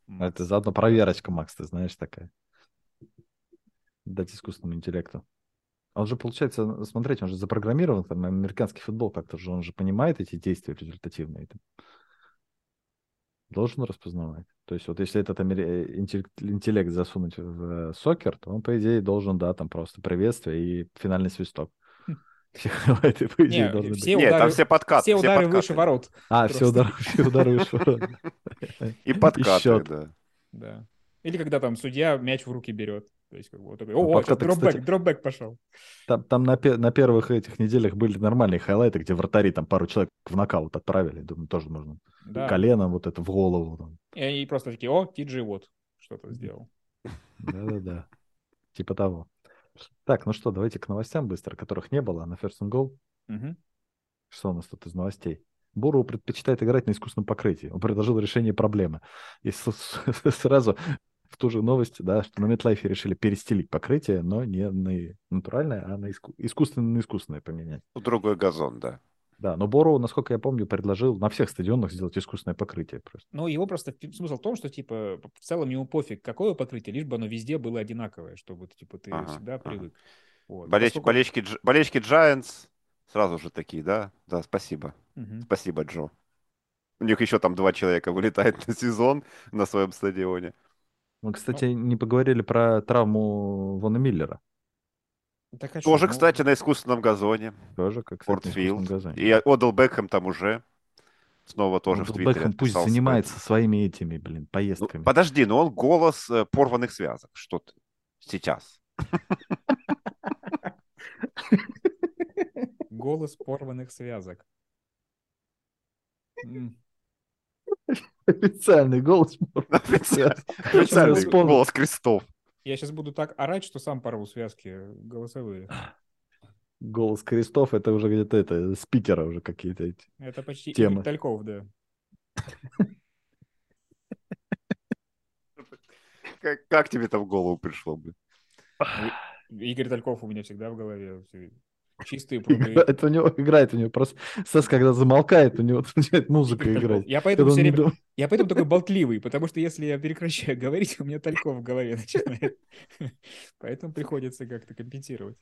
Speaker 1: А Это заодно проверочка, Макс, ты знаешь, такая. Дать искусственному интеллекту. А Он же, получается, смотрите, он же запрограммирован, там, американский футбол как-то же, он же понимает эти действия результативные. там. Должен распознавать. То есть вот если этот амери- э, интеллект, интеллект засунуть в э, сокер, то он, по идее, должен, да, там просто приветствие и финальный свисток. *laughs* Все хайлайты, по идее,
Speaker 2: Хм. Не,
Speaker 1: должны быть.
Speaker 2: все
Speaker 3: Нет,
Speaker 2: удары-
Speaker 3: там все подкаты.
Speaker 2: Все удары
Speaker 3: подкаты.
Speaker 2: выше ворот.
Speaker 1: А, все
Speaker 2: просто.
Speaker 1: удары, все удары *laughs* выше ворот.
Speaker 3: И подкаты,
Speaker 1: счет.
Speaker 3: да.
Speaker 2: Да. Или когда там судья мяч в руки берет. То есть, как бы, вот такой,
Speaker 1: Ну,
Speaker 2: о,
Speaker 1: подкаты,
Speaker 2: дропбэк,
Speaker 1: кстати.
Speaker 2: дропбэк пошел.
Speaker 1: Там, там на, пе- на первых этих неделях были нормальные хайлайты, где вратари там пару человек в нокаут отправили. Думаю, тоже можно.
Speaker 2: Да.
Speaker 1: Коленом вот это в голову. там.
Speaker 2: И они просто такие, о, Тиджи вот что-то сделал.
Speaker 1: Да-да-да. Типа того. Так, ну что, давайте к новостям быстро, которых не было. На First and Goal,
Speaker 2: Мгм.
Speaker 1: что у нас тут из новостей? Буру предпочитает играть на искусственном покрытии. Он предложил решение проблемы. И с- с- сразу в ту же новость, да, что на MetLife решили перестелить покрытие, но не на натуральное, а на иску- искусственное на искусственное поменять.
Speaker 3: Ну, другой газон, да.
Speaker 1: Да, но Боро, насколько я помню, предложил на всех стадионах сделать искусственное покрытие просто.
Speaker 2: Ну, его просто фи- смысл в том, что, типа, в целом ему пофиг, какое покрытие, лишь бы оно везде было одинаковое, чтобы, типа, ты
Speaker 3: Ага,
Speaker 2: всегда
Speaker 3: ага.
Speaker 2: привык. Вот.
Speaker 3: Болельщ-
Speaker 2: Поскольку-
Speaker 3: болельщики, Дж- болельщики Giants сразу же такие, да? Да, спасибо.
Speaker 2: Мгм.
Speaker 3: Спасибо, Джо. У них еще там два человека вылетает на сезон на своем стадионе. Ну
Speaker 1: Мы, кстати, не поговорили про травму Вона Миллера.
Speaker 2: Так а чё,
Speaker 3: Тоже,
Speaker 2: ну,
Speaker 3: кстати, на искусственном газоне.
Speaker 1: Тоже, как с
Speaker 3: Форт
Speaker 1: этим вкусным
Speaker 3: Филд.
Speaker 1: газоном.
Speaker 3: И Одел Бекхэм там уже. Снова тоже
Speaker 1: Ну,
Speaker 3: в Твиттере.
Speaker 1: Бекхэм пусть
Speaker 3: отписался.
Speaker 1: занимается своими этими, блин,
Speaker 3: Ну,
Speaker 1: поездками.
Speaker 3: подожди, но он голос э, порванных связок. Что ты сейчас? *laughs*
Speaker 2: Голос порванных связок.
Speaker 1: *laughs*
Speaker 2: М,
Speaker 1: *laughs* Официальный голос.
Speaker 3: Специальный
Speaker 1: вспомнил.
Speaker 3: голос крестов.
Speaker 2: Я сейчас буду так орать, что сам порву связки э, голосовые.
Speaker 1: Голос крестов, это уже где-то это, с Питера уже какие-то эти.
Speaker 2: Это почти
Speaker 1: Тема.
Speaker 2: Игорь Тальков, да.
Speaker 3: Как, как тебе там в голову пришло бы?
Speaker 2: Игорь Тальков у меня всегда в голове. Всё- Чистые пруды.
Speaker 1: Это у него играет, у него просто... Сас, когда замолкает, у него *laughs* начинает музыка
Speaker 3: *laughs*
Speaker 1: играть.
Speaker 2: Я
Speaker 1: Когда
Speaker 2: поэтому
Speaker 1: он
Speaker 2: все
Speaker 1: не
Speaker 2: время...
Speaker 1: дум-
Speaker 2: Я поэтому такой болтливый, потому что если я прекращаю *laughs* говорить, у меня Тальков в голове начинает. Поэтому приходится как-то компенсировать.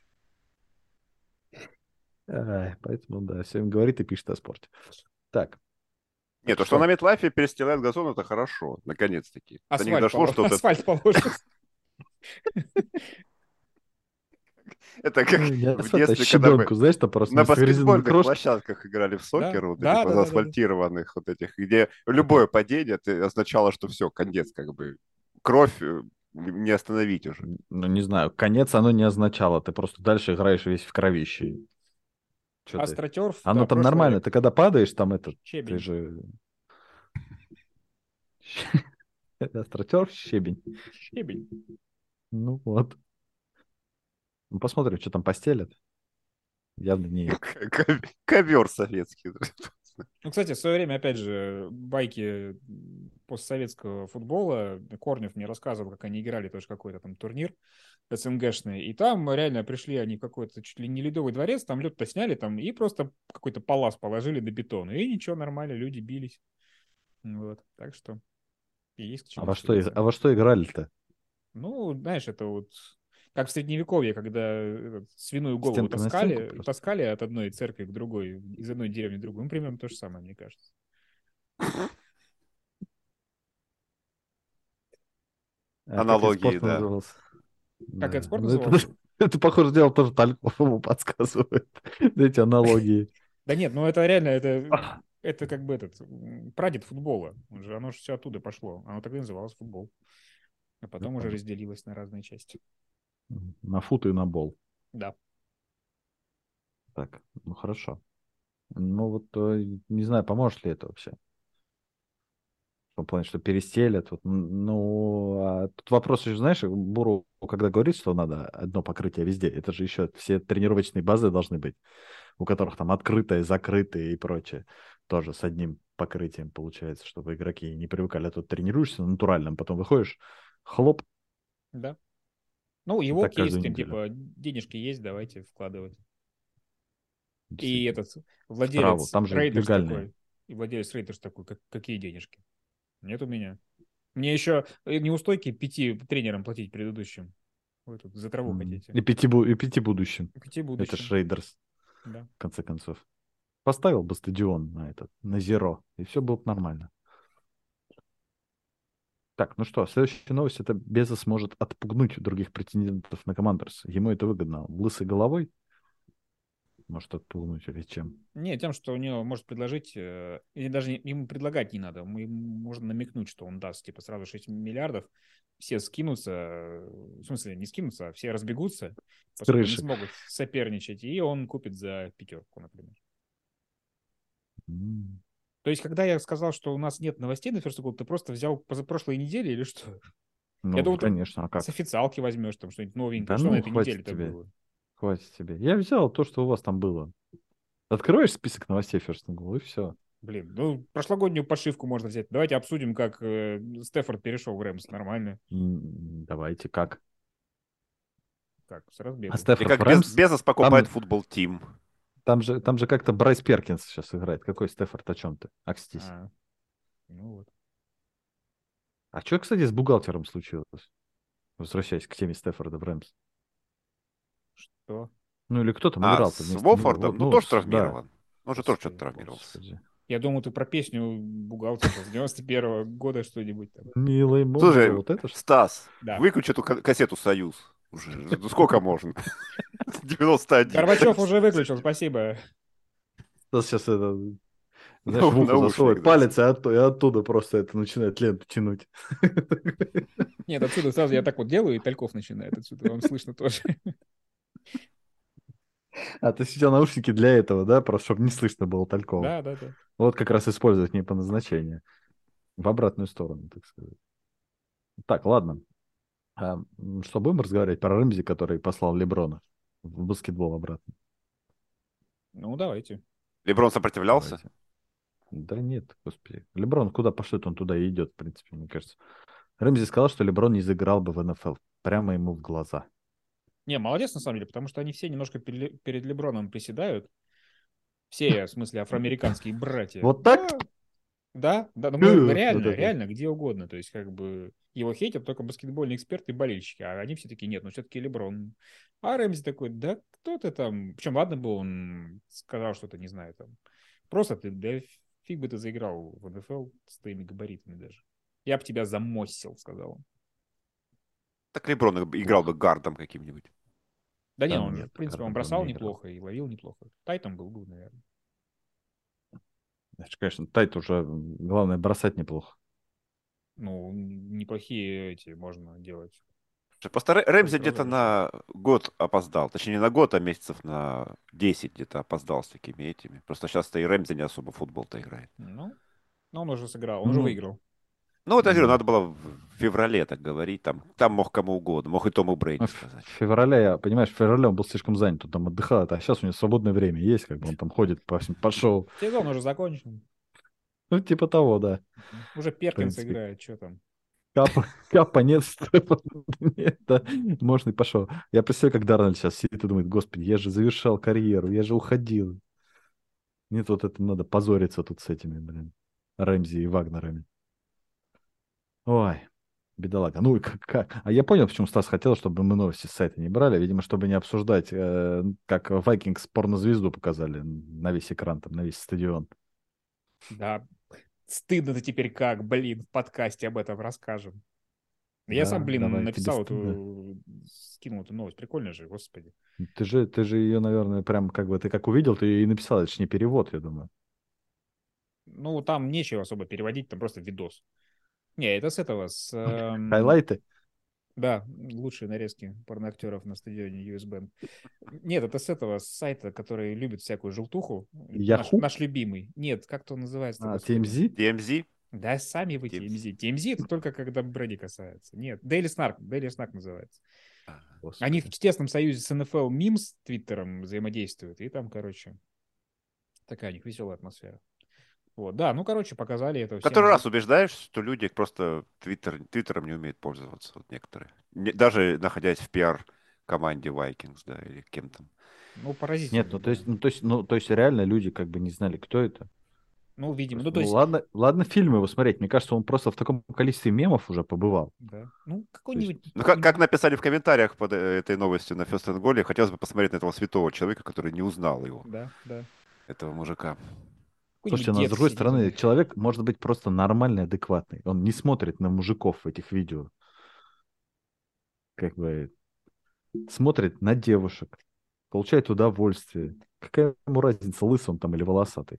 Speaker 1: Ай, Поэтому, да, все время говорит и пишет о спорте. Так.
Speaker 3: Нет, то, что на Метлайфе перестилают газон, это хорошо, наконец-таки. До них
Speaker 2: Асфальт,
Speaker 3: дошло,
Speaker 2: полож-
Speaker 3: что это,
Speaker 2: Асфальт положен.
Speaker 3: это как
Speaker 1: Ну, я
Speaker 3: в
Speaker 1: особо
Speaker 3: детстве, когда мы
Speaker 1: щебенку, знаешь, там просто
Speaker 3: *laughs* на
Speaker 1: с резиновой
Speaker 3: баскетбольных
Speaker 1: крошкой.
Speaker 3: площадках играли в сокер, вот
Speaker 2: да, да,
Speaker 3: этих
Speaker 2: да,
Speaker 3: вот
Speaker 2: да, да.
Speaker 3: асфальтированных вот этих, где любое падение ты означало, что все, конец как бы. Кровь э, не остановить уже. *laughs*
Speaker 1: Ну, не знаю, конец оно не означало. Ты просто дальше играешь весь в кровище. Чё ты?
Speaker 2: Астротерф.
Speaker 1: Оно
Speaker 2: А да,
Speaker 1: там
Speaker 2: прошлый
Speaker 1: нормально.
Speaker 2: век.
Speaker 1: Ты когда падаешь, там это... Ты
Speaker 2: Щебень.
Speaker 1: же... *laughs* Астротерф, щебень.
Speaker 2: Щебень.
Speaker 1: Ну вот. Ну, посмотрим, что там постелят. Явно не...
Speaker 3: Ковер советский.
Speaker 2: Ну, кстати, в свое время, опять же, байки постсоветского футбола. Корнев мне рассказывал, как они играли тоже какой-то там турнир СНГшный. И там реально пришли они в какой-то чуть ли не ледовый дворец, там лед-то сняли там и просто какой-то палас положили до бетона. И ничего, нормально, люди бились. Вот, так что и есть к
Speaker 1: А
Speaker 2: чему
Speaker 1: во, что, и-
Speaker 2: стремиться.
Speaker 1: а во что играли-то?
Speaker 2: Ну, знаешь, это вот как в средневековье, когда э, этот, свиную голову
Speaker 1: Стенка на
Speaker 2: таскали,
Speaker 1: стенку просто.
Speaker 2: таскали от одной церкви к другой, из одной деревни в другую. Ну, примерно то же самое, мне кажется.
Speaker 1: А как
Speaker 3: Аналогии,
Speaker 1: этот спорт
Speaker 3: да.
Speaker 1: назывался? Да.
Speaker 2: этот спорт
Speaker 1: Ну, это-
Speaker 2: назывался?
Speaker 1: *laughs* Это, похоже, дело тоже Тальков ему подсказывает. *laughs*
Speaker 2: *laughs*
Speaker 1: Эти аналогии.
Speaker 2: Да нет, ну это реально,
Speaker 1: А.
Speaker 2: это, это как бы этот м, прадед футбола. Он же- оно же все оттуда пошло. Оно тогда называлось футбол. А потом уже
Speaker 1: Ну, понятно.
Speaker 2: разделилось на разные части.
Speaker 1: На фут и на бол.
Speaker 2: Да.
Speaker 1: Так, ну хорошо. Ну вот, э, не знаю, поможет ли это вообще. В том плане, что перестелят. Вот, м, ну, а тут вопрос еще, знаешь, Буру, когда говорит, что надо одно покрытие везде, это же еще все тренировочные базы должны быть, у которых там открытые, закрытые и прочее. Тоже с одним покрытием получается, чтобы игроки не привыкали. А тут тренируешься на натуральном, потом выходишь, хлоп,
Speaker 2: Да. Ну, его
Speaker 1: Так
Speaker 2: кейс,
Speaker 1: каждую
Speaker 2: там,
Speaker 1: неделю.
Speaker 2: типа, денежки есть, давайте вкладывать. И
Speaker 1: действительно.
Speaker 2: этот владелец
Speaker 1: Траву, там же
Speaker 2: Raiders
Speaker 1: легальные.
Speaker 2: такой. И владелец Рейдерс такой, «Как- какие денежки? Нет у меня. Мне э, еще неустойки пяти тренерам платить предыдущим. Вы тут за траву
Speaker 1: М,
Speaker 2: хотите.
Speaker 1: И пяти, бу- и пяти будущим.
Speaker 2: Пяти
Speaker 1: Это
Speaker 2: будущим.
Speaker 1: ж Рейдерс.
Speaker 2: Да.
Speaker 1: в конце концов. Поставил бы стадион на этот, на Зеро, и все было бы нормально. Так, ну что, следующая новость. Это Безос может отпугнуть других претендентов на Командерс. Ему это выгодно. Он Лысой головой может отпугнуть или чем.
Speaker 2: Не, тем, что у него может предложить, э, или даже не- ему предлагать не надо, ему ему можно намекнуть, что он даст, типа, сразу 6 миллиардов, все скинутся, э, в смысле, не скинутся, а все разбегутся, поскольку не
Speaker 1: крыши.
Speaker 2: смогут соперничать, и он купит за пятерку, например.
Speaker 1: М.
Speaker 2: То есть, когда я сказал, что у нас нет новостей на First Gold, ты просто взял позапрошлой неделе или что?
Speaker 1: Ну,
Speaker 2: Я думал, ты
Speaker 1: конечно, а как?
Speaker 2: С официалки возьмешь там что-нибудь новенькое,
Speaker 1: Да
Speaker 2: что
Speaker 1: ну,
Speaker 2: на этой
Speaker 1: хватит
Speaker 2: неделе там
Speaker 1: тебе.
Speaker 2: было?
Speaker 1: Хватит тебе. Я взял то, что у вас там было. Открываешь список новостей First and Goal, и все.
Speaker 2: Блин, ну, прошлогоднюю подшивку можно взять. Давайте обсудим, как э, Стефорд перешел в Рэмс. Нормально.
Speaker 1: Давайте, как?
Speaker 2: Как, с разбегом.
Speaker 1: А
Speaker 3: И
Speaker 1: Стефорд
Speaker 3: как
Speaker 1: Рэмс?
Speaker 3: Без- Безос покупает
Speaker 1: Там-
Speaker 3: футбол тим.
Speaker 1: Там же, там же как-то Брайс Перкинс сейчас играет. Какой Стефорд, о чем ты? Акстись.
Speaker 2: А, ну вот.
Speaker 1: А что, кстати, с бухгалтером случилось? Возвращаясь к теме Стефорда в Рэмс.
Speaker 2: Что?
Speaker 1: Ну или кто там
Speaker 3: А,
Speaker 1: играл ну,
Speaker 3: ну, с Вофордом? Ну, тоже травмирован. Он же тоже что-то Ну, травмировался.
Speaker 2: Я думал, ты про песню бухгалтера с 91 года что-нибудь там.
Speaker 1: Милый мой,
Speaker 3: Слушай,
Speaker 1: вот это ж
Speaker 3: Стас,
Speaker 2: Да.
Speaker 3: выключи эту ка- кассету «Союз». Уже. Ну, Сколько можно? *laughs* 91.
Speaker 2: Горбачев
Speaker 3: *laughs*
Speaker 2: уже выключил, спасибо.
Speaker 1: сейчас это...
Speaker 3: Ну,
Speaker 1: Знаешь, в ухо
Speaker 3: наушник,
Speaker 1: засовывает
Speaker 3: да.
Speaker 1: палец, и отто- и оттуда просто это начинает ленту тянуть.
Speaker 2: Нет, отсюда сразу я так вот делаю, и Тальков начинает отсюда, он слышно тоже.
Speaker 1: А ты сидел наушники для этого, да? Просто чтобы не слышно было Талькова.
Speaker 2: Да, да, да.
Speaker 1: Вот как раз использовать не по назначению. В обратную сторону, так сказать. Так, ладно. А, м, что, будем разговаривать про Рымзи, который послал Леброна в баскетбол обратно?
Speaker 2: Ну, давайте.
Speaker 3: Леброн сопротивлялся?
Speaker 1: Давайте. Да нет, господи. Леброн куда пошлет, он туда и идет, в принципе, мне кажется. Рымзи сказал, что Леброн не заиграл бы в НФЛ. Прямо ему в глаза.
Speaker 2: Не, молодец на самом деле, потому что они все немножко пере- перед Леброном приседают. Все, в смысле, афроамериканские братья.
Speaker 1: Вот так?
Speaker 2: Да, да, ну,
Speaker 1: Э,
Speaker 2: мы
Speaker 1: вот
Speaker 2: реально,
Speaker 1: это.
Speaker 2: реально, где угодно. То есть, как бы, его хейтят только баскетбольные эксперты и болельщики, а они все такие, нет, ну, все-таки Леброн. А Рэмзи такой, да кто ты там? Причем, ладно бы он сказал что-то, не знаю, там. Просто ты, да фиг бы ты заиграл в НФЛ с твоими габаритами даже. Я бы тебя замосил, сказал он.
Speaker 3: Так Леброн играл бы гардом каким-нибудь.
Speaker 2: Да не,
Speaker 1: Там
Speaker 2: он,
Speaker 1: нет,
Speaker 2: в принципе, он
Speaker 1: Кармен
Speaker 2: бросал
Speaker 1: не играл.
Speaker 2: неплохо и ловил неплохо. Тайтом был, был, наверное.
Speaker 1: Значит, конечно, Тайт уже, м, главное, бросать неплохо.
Speaker 2: Ну, неплохие эти можно делать.
Speaker 3: Слушай, Просто Рэ- Рэмзи
Speaker 2: Только
Speaker 3: где-то
Speaker 2: Рэмзи.
Speaker 3: на год опоздал. Точнее, не на год, а месяцев на 10 где-то опоздал с такими этими. Просто сейчас-то и Рэмзи не особо в футбол-то играет.
Speaker 2: Ну, но он уже сыграл, он уже
Speaker 1: Ну,
Speaker 2: выиграл.
Speaker 3: Ну, вот я говорю,
Speaker 1: Мгм.
Speaker 3: надо было в феврале так говорить. Там, там мог кому угодно. Мог и Тому Брейди
Speaker 1: Ну, в
Speaker 3: сказать.
Speaker 1: феврале, я, понимаешь, в феврале он был слишком занят, он там отдыхал, а сейчас у него свободное время есть, как бы он там ходит по всем, пошел.
Speaker 2: Сезон уже закончен.
Speaker 1: Ну, типа того, да.
Speaker 2: Уже Перкинс
Speaker 1: принципе.
Speaker 2: играет, что там.
Speaker 1: Капа, капа нет, *laughs* стрэпа нет, да. можно и пошел. Я представляю, как Дарнольд сейчас сидит и думает, господи, я же завершал карьеру, я же уходил. Нет, вот это надо позориться тут с этими, блин, Рэмзи и Вагнерами. Ой, бедолага. Ну и как, как? А я понял, почему Стас хотел, чтобы мы новости с сайта не брали. Видимо, чтобы не обсуждать, э, как Вайкингс порнозвезду показали на весь экран, там, на весь стадион.
Speaker 2: Да, стыдно-то теперь как, блин, в подкасте об этом расскажем. Я
Speaker 1: Да,
Speaker 2: сам, блин,
Speaker 1: давай, тебе
Speaker 2: написал эту,
Speaker 1: стыдно?
Speaker 2: скинул эту новость. Прикольно же, господи.
Speaker 1: Ты же, ты же ее, наверное, прям как бы ты как увидел, ты ее и написал. Это же не перевод, я думаю.
Speaker 2: Ну, там нечего особо переводить, там просто видос. Не, это с этого,
Speaker 1: *laughs*
Speaker 2: с... эм,
Speaker 1: Хайлайты?
Speaker 2: Да, лучшие нарезки порноактеров на стадионе US Bank. Нет, это с этого с сайта, который любит всякую желтуху. Наш,
Speaker 1: Yahoo?
Speaker 2: наш любимый. Нет, как-то он называется.
Speaker 1: А,
Speaker 2: господи?
Speaker 1: TMZ?
Speaker 3: DMZ?
Speaker 2: Да, сами вы TMZ. TMZ это только когда Брэди касается. Нет, Daily Snark. Daily Snark называется. Они в тесном союзе с NFL Мим с Твиттером взаимодействуют. И там, короче, такая у них веселая атмосфера. Вот, да, ну, короче, показали это.
Speaker 3: В
Speaker 2: всем.
Speaker 3: Который раз убеждаешь, что люди просто твиттер, твиттером не умеют пользоваться, вот некоторые. Не- даже находясь в пиар-команде Vikings, да, или кем там.
Speaker 2: Ну, поразительно.
Speaker 1: Нет, ну то,
Speaker 2: да.
Speaker 1: есть, ну то есть, ну то есть реально люди как бы не знали, кто это.
Speaker 2: Ну, видимо. Ну,
Speaker 1: Просто,
Speaker 2: то есть,
Speaker 1: ладно, ладно фильмы его смотреть. Мне кажется, он просто в таком количестве мемов уже побывал.
Speaker 2: да. Ну, какой-нибудь...
Speaker 3: Ну, как, как написали в комментариях под э, этой новостью на First and Goal, хотелось бы посмотреть на этого святого человека, который не узнал его,
Speaker 2: Да, да.
Speaker 3: этого мужика.
Speaker 1: Слушайте, но ну, а с другой стороны, человек может быть просто нормальный, адекватный. Он не смотрит на мужиков в этих видео. Как бы смотрит на девушек, получает удовольствие. Какая ему разница, лысый он там или волосатый?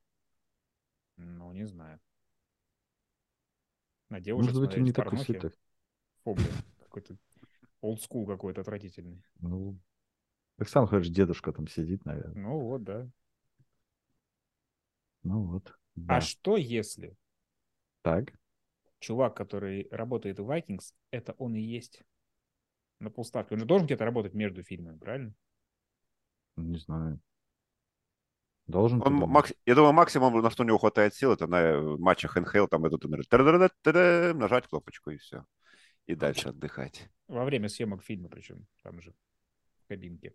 Speaker 2: Ну, не знаю. На девушек
Speaker 1: может быть,
Speaker 2: смотреть
Speaker 1: он не
Speaker 2: в
Speaker 1: такой
Speaker 2: порнухе?
Speaker 1: святой.
Speaker 2: Фу, блин, какой-то олдскул какой-то отвратительный.
Speaker 1: Ну, так сам говоришь, дедушка там сидит, наверное.
Speaker 2: Ну вот, да.
Speaker 1: Ну вот. да.
Speaker 2: А что если
Speaker 1: Так.
Speaker 2: чувак, который работает в Vikings, это он и есть? На полставки. Он же должен где-то работать между фильмами, правильно?
Speaker 1: Не знаю. Должен Ну,
Speaker 3: Он,
Speaker 1: ты думаешь?
Speaker 3: макс- я думаю, максимум, на что у него хватает сил, это на э, матчах НХЛ, там идут, например, «Тра-да-да-да-да», нажать кнопочку и все. И дальше отдыхать.
Speaker 2: Во время съемок фильма, причем там же в кабинке.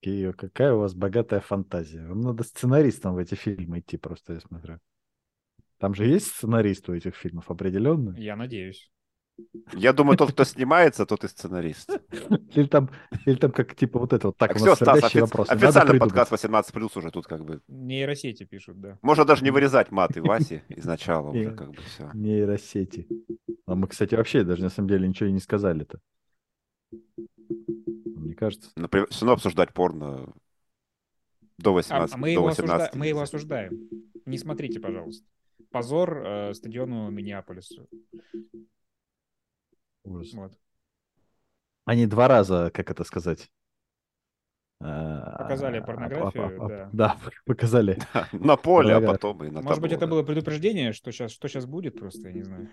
Speaker 1: Кио, какая у вас богатая фантазия. Вам надо сценаристом в эти фильмы идти, просто я смотрю. Там же есть сценарист у этих фильмов определенно.
Speaker 2: Я надеюсь.
Speaker 3: Я думаю, тот, кто снимается, тот и сценарист.
Speaker 1: Или там, или там как типа вот это вот так,
Speaker 3: Так
Speaker 1: у
Speaker 3: все,
Speaker 1: нас
Speaker 3: Стас,
Speaker 1: сердящие
Speaker 3: офи-
Speaker 1: вопросы. Надо
Speaker 3: официально
Speaker 1: придумать.
Speaker 3: подкаст 18+, уже тут как бы...
Speaker 2: Нейросети пишут, да.
Speaker 3: Можно даже не вырезать маты Васи изначала уже
Speaker 1: Да.
Speaker 3: как бы все.
Speaker 1: Нейросети. А мы, кстати, вообще даже на самом деле ничего и не сказали-то. Мне кажется.
Speaker 3: Например, все равно обсуждать порно до
Speaker 2: А,
Speaker 3: 18,
Speaker 2: а мы,
Speaker 3: до
Speaker 2: его
Speaker 3: 18.
Speaker 2: осужда- мы его осуждаем. Не смотрите, пожалуйста. Позор э, стадиону Миннеаполису.
Speaker 1: Ужас.
Speaker 2: Вот.
Speaker 1: Они два раза, как это сказать? а,
Speaker 2: Показали
Speaker 1: а, а,
Speaker 2: порнографию,
Speaker 1: а, а,
Speaker 2: да.
Speaker 1: *laughs* Да, показали.
Speaker 3: На поле, а
Speaker 1: Предлагаю.
Speaker 3: потом и на
Speaker 2: Может быть,
Speaker 3: табло,
Speaker 2: это
Speaker 3: да.
Speaker 2: было предупреждение, что сейчас, что сейчас будет просто, я не знаю.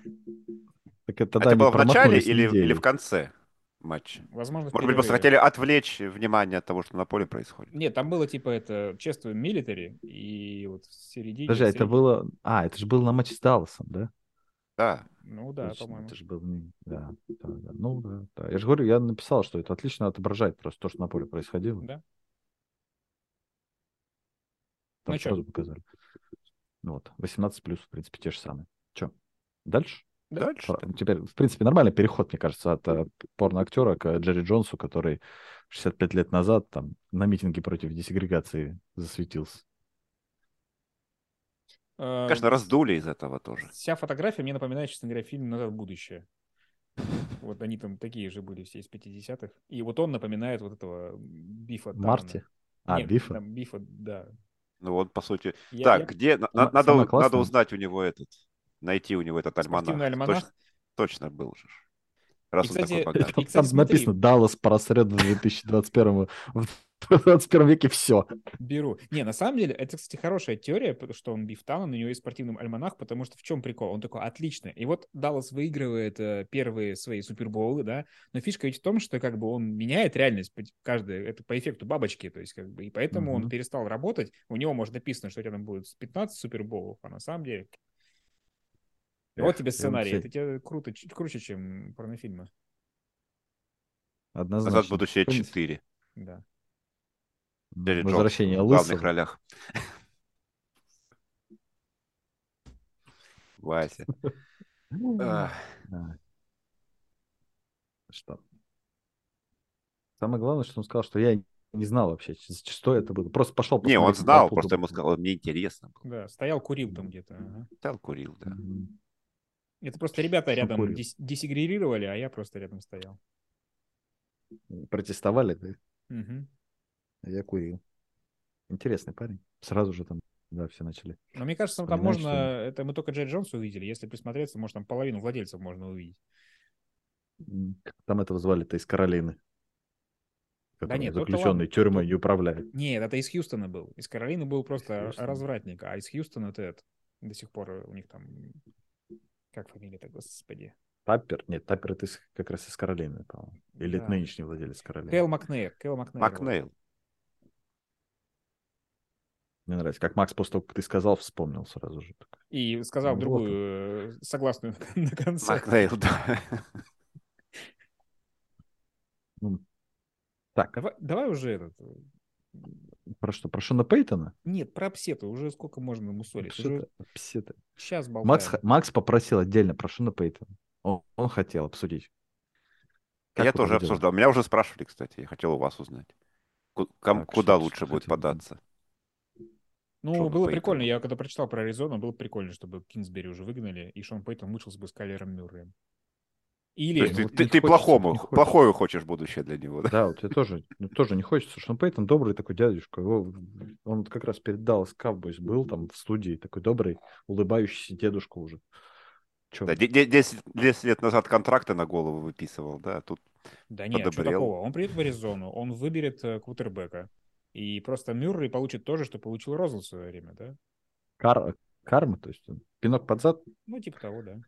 Speaker 1: Так это, тогда
Speaker 3: А Это
Speaker 1: они
Speaker 3: было в начале
Speaker 1: промахнулись
Speaker 3: или, или
Speaker 1: неделю.
Speaker 3: в конце матча?
Speaker 2: Возможно, в
Speaker 3: Может быть, просто
Speaker 2: перерыве.
Speaker 3: хотели отвлечь внимание от того, что на поле происходит.
Speaker 2: Нет, там было типа это чествуем милитари, и вот в середине...
Speaker 1: Подожди, а это
Speaker 2: средь-
Speaker 1: было... А, это же было на матче с Далласом, да?
Speaker 3: Да.
Speaker 2: Ну да,
Speaker 1: Точно,
Speaker 2: по-моему.
Speaker 1: Это же был... не- Да, да, да. Ну, да, да. Я же говорю, я написал, что это отлично отображает просто то, что на поле происходило.
Speaker 2: Да.
Speaker 1: Там
Speaker 2: Ну чё?
Speaker 1: сразу показали. Ну Вот, 18 плюс, в принципе, те же самые. Че, дальше?
Speaker 2: Да.
Speaker 3: Дальше.
Speaker 1: Про- Теперь, в принципе, нормальный переход, мне кажется, от э, порно-актера к Джерри Джонсу, который 65 лет назад там на митинге против десегрегации засветился.
Speaker 2: Э,
Speaker 3: Конечно, раздули из этого тоже.
Speaker 2: Вся фотография мне напоминает, честно говоря, фильм «Назад в будущее». Вот они там такие же были все из 50-х. И вот он напоминает вот этого Бифа Тарна.
Speaker 1: Марти? А,
Speaker 2: Нет,
Speaker 1: Бифа?
Speaker 2: там Бифа, да.
Speaker 3: Ну вот, по сути.
Speaker 2: Я-
Speaker 3: так,
Speaker 2: я
Speaker 3: где... на-
Speaker 1: Сама-
Speaker 3: надо,
Speaker 1: самое
Speaker 3: надо
Speaker 1: классное.
Speaker 3: узнать у него этот... Найти у него этот альманах.
Speaker 2: спортивный альманах.
Speaker 3: Точно, точно был же. ж. Раз он
Speaker 2: кстати,
Speaker 3: такой
Speaker 1: И *laughs*
Speaker 3: богатый.
Speaker 1: Там,
Speaker 2: И, кстати,
Speaker 1: там
Speaker 2: смотри.
Speaker 1: написано «Даллас по рассреду 2021 э, *laughs* в 21 веке все.
Speaker 2: Беру. Не, на самом деле, это, кстати, хорошая теория, потому что он бифтан, у него есть спортивный альманах, потому что в чем прикол? Он такой, отлично. И вот Даллас выигрывает э, первые свои супербоулы, да, но фишка ведь в том, что как бы он меняет реальность, пот- каждый, это по эффекту бабочки, то есть как бы, и поэтому он
Speaker 1: Мгм.
Speaker 2: перестал работать, у него, может, написано, что рядом будет 15 супербоулов, а на самом деле... А вот
Speaker 1: Эх,
Speaker 2: тебе сценарий,
Speaker 1: кстати,
Speaker 2: это тебе круто, чуть круче, чем порнофильмы,
Speaker 1: Однозначно.
Speaker 3: Назад в будущее
Speaker 1: Помните?
Speaker 3: 4.
Speaker 2: да.
Speaker 3: Джерри Джонс
Speaker 1: Возвращение
Speaker 3: в главных
Speaker 1: лысого.
Speaker 3: ролях. Вася. Ах,
Speaker 1: Да. Что? Самое главное, что он сказал, что я не знал вообще, что это было. Просто пошел
Speaker 3: Не, он
Speaker 1: посмотреть
Speaker 3: знал,
Speaker 1: толпу,
Speaker 3: просто ему
Speaker 1: думаю,
Speaker 3: сказал, мне интересно было.
Speaker 2: Да, стоял, курил там где-то. ага.
Speaker 3: Стал курил, да.
Speaker 1: «М,
Speaker 2: Это просто ребята
Speaker 1: Всё
Speaker 2: рядом
Speaker 1: курил.
Speaker 2: дис- десегрегировали, а я просто рядом стоял.
Speaker 1: Протестовали, да,
Speaker 2: Мгм.
Speaker 1: а я курил. Интересный парень. Сразу же там, да, все начали.
Speaker 2: Но мне кажется, там
Speaker 1: Понимаешь,
Speaker 2: можно...
Speaker 1: что
Speaker 2: Это мы только Джерри Джонса увидели. Если присмотреться, может, там половину владельцев можно увидеть.
Speaker 1: М, как Там этого звали-то из Каролины. который
Speaker 2: нет, тот-то
Speaker 1: заключенный
Speaker 2: ладно,
Speaker 1: тюрьмой
Speaker 2: тот-
Speaker 1: не управляет.
Speaker 2: Нет, это из Хьюстона был. Из Каролины был
Speaker 1: Из
Speaker 2: просто
Speaker 1: Хьюстона.
Speaker 2: развратник. А из Хьюстона это, это до сих пор у них там... Как фамилия-то, господи?
Speaker 1: Таппер? Нет, Таппер это из- как раз из Каролины, по-моему. Или
Speaker 2: Да.
Speaker 1: это нынешний владелец Каролины.
Speaker 2: Кэл Макнейр. Кэл Макнейр. вот.
Speaker 3: Макнейл.
Speaker 1: Мне нравится, как Макс после того, как ты сказал, вспомнил сразу же. Такой,
Speaker 2: И сказал
Speaker 1: Вот
Speaker 2: другую э, согласную *laughs* на конце.
Speaker 3: Макнейл, да.
Speaker 1: Ну, так,
Speaker 2: Давай, давай уже этот... э,
Speaker 1: про что? Про Шона Пейтона?
Speaker 2: Нет, про псету. Уже сколько можно мусолить.
Speaker 1: Что
Speaker 2: Уже
Speaker 1: это? Псета.
Speaker 2: сейчас болтаем.
Speaker 1: Макс, х- Макс попросил отдельно про Шона Пейтона. Он, он хотел обсудить. Как
Speaker 3: Я
Speaker 1: вы
Speaker 3: тоже
Speaker 1: это делаете?
Speaker 3: обсуждал. Меня уже спрашивали, кстати. Я хотел у вас узнать. Ку- ком-
Speaker 1: Так,
Speaker 3: Куда
Speaker 1: что-
Speaker 3: лучше
Speaker 1: что
Speaker 3: будет
Speaker 1: хотел бы.
Speaker 3: податься?
Speaker 2: Ну,
Speaker 3: Шона
Speaker 2: было
Speaker 3: Пейтона.
Speaker 2: прикольно. Я когда прочитал про Аризону, было прикольно, чтобы Кинсбери уже выгнали, и Шон Пейтон мучился бы с Кайлером Мюрреем. Или...
Speaker 3: То есть
Speaker 1: ну
Speaker 3: ты-
Speaker 1: вот
Speaker 3: ты
Speaker 1: не
Speaker 3: ты
Speaker 1: хочется,
Speaker 3: плохому,
Speaker 1: не хочется.
Speaker 3: плохое хочешь будущее для него, да?
Speaker 1: Да, вот я тоже, ну, тоже не хочется. Шон Пейтон добрый такой дядюшка. Его- он вот как раз перед Даллас Cowboys был там в студии. Такой добрый, улыбающийся дедушка уже. Че?
Speaker 3: Да, де- де- 10, 10 лет назад контракты на голову выписывал, да, а тут
Speaker 2: Да нет, что
Speaker 3: подобрел.
Speaker 2: такого? Он приедет в Аризону, он выберет э, квотербека. И просто Мюррей получит то же, что получил Розен в свое время, да?
Speaker 1: Кар- карма, то есть он пинок под зад
Speaker 2: Ну, типа того, да.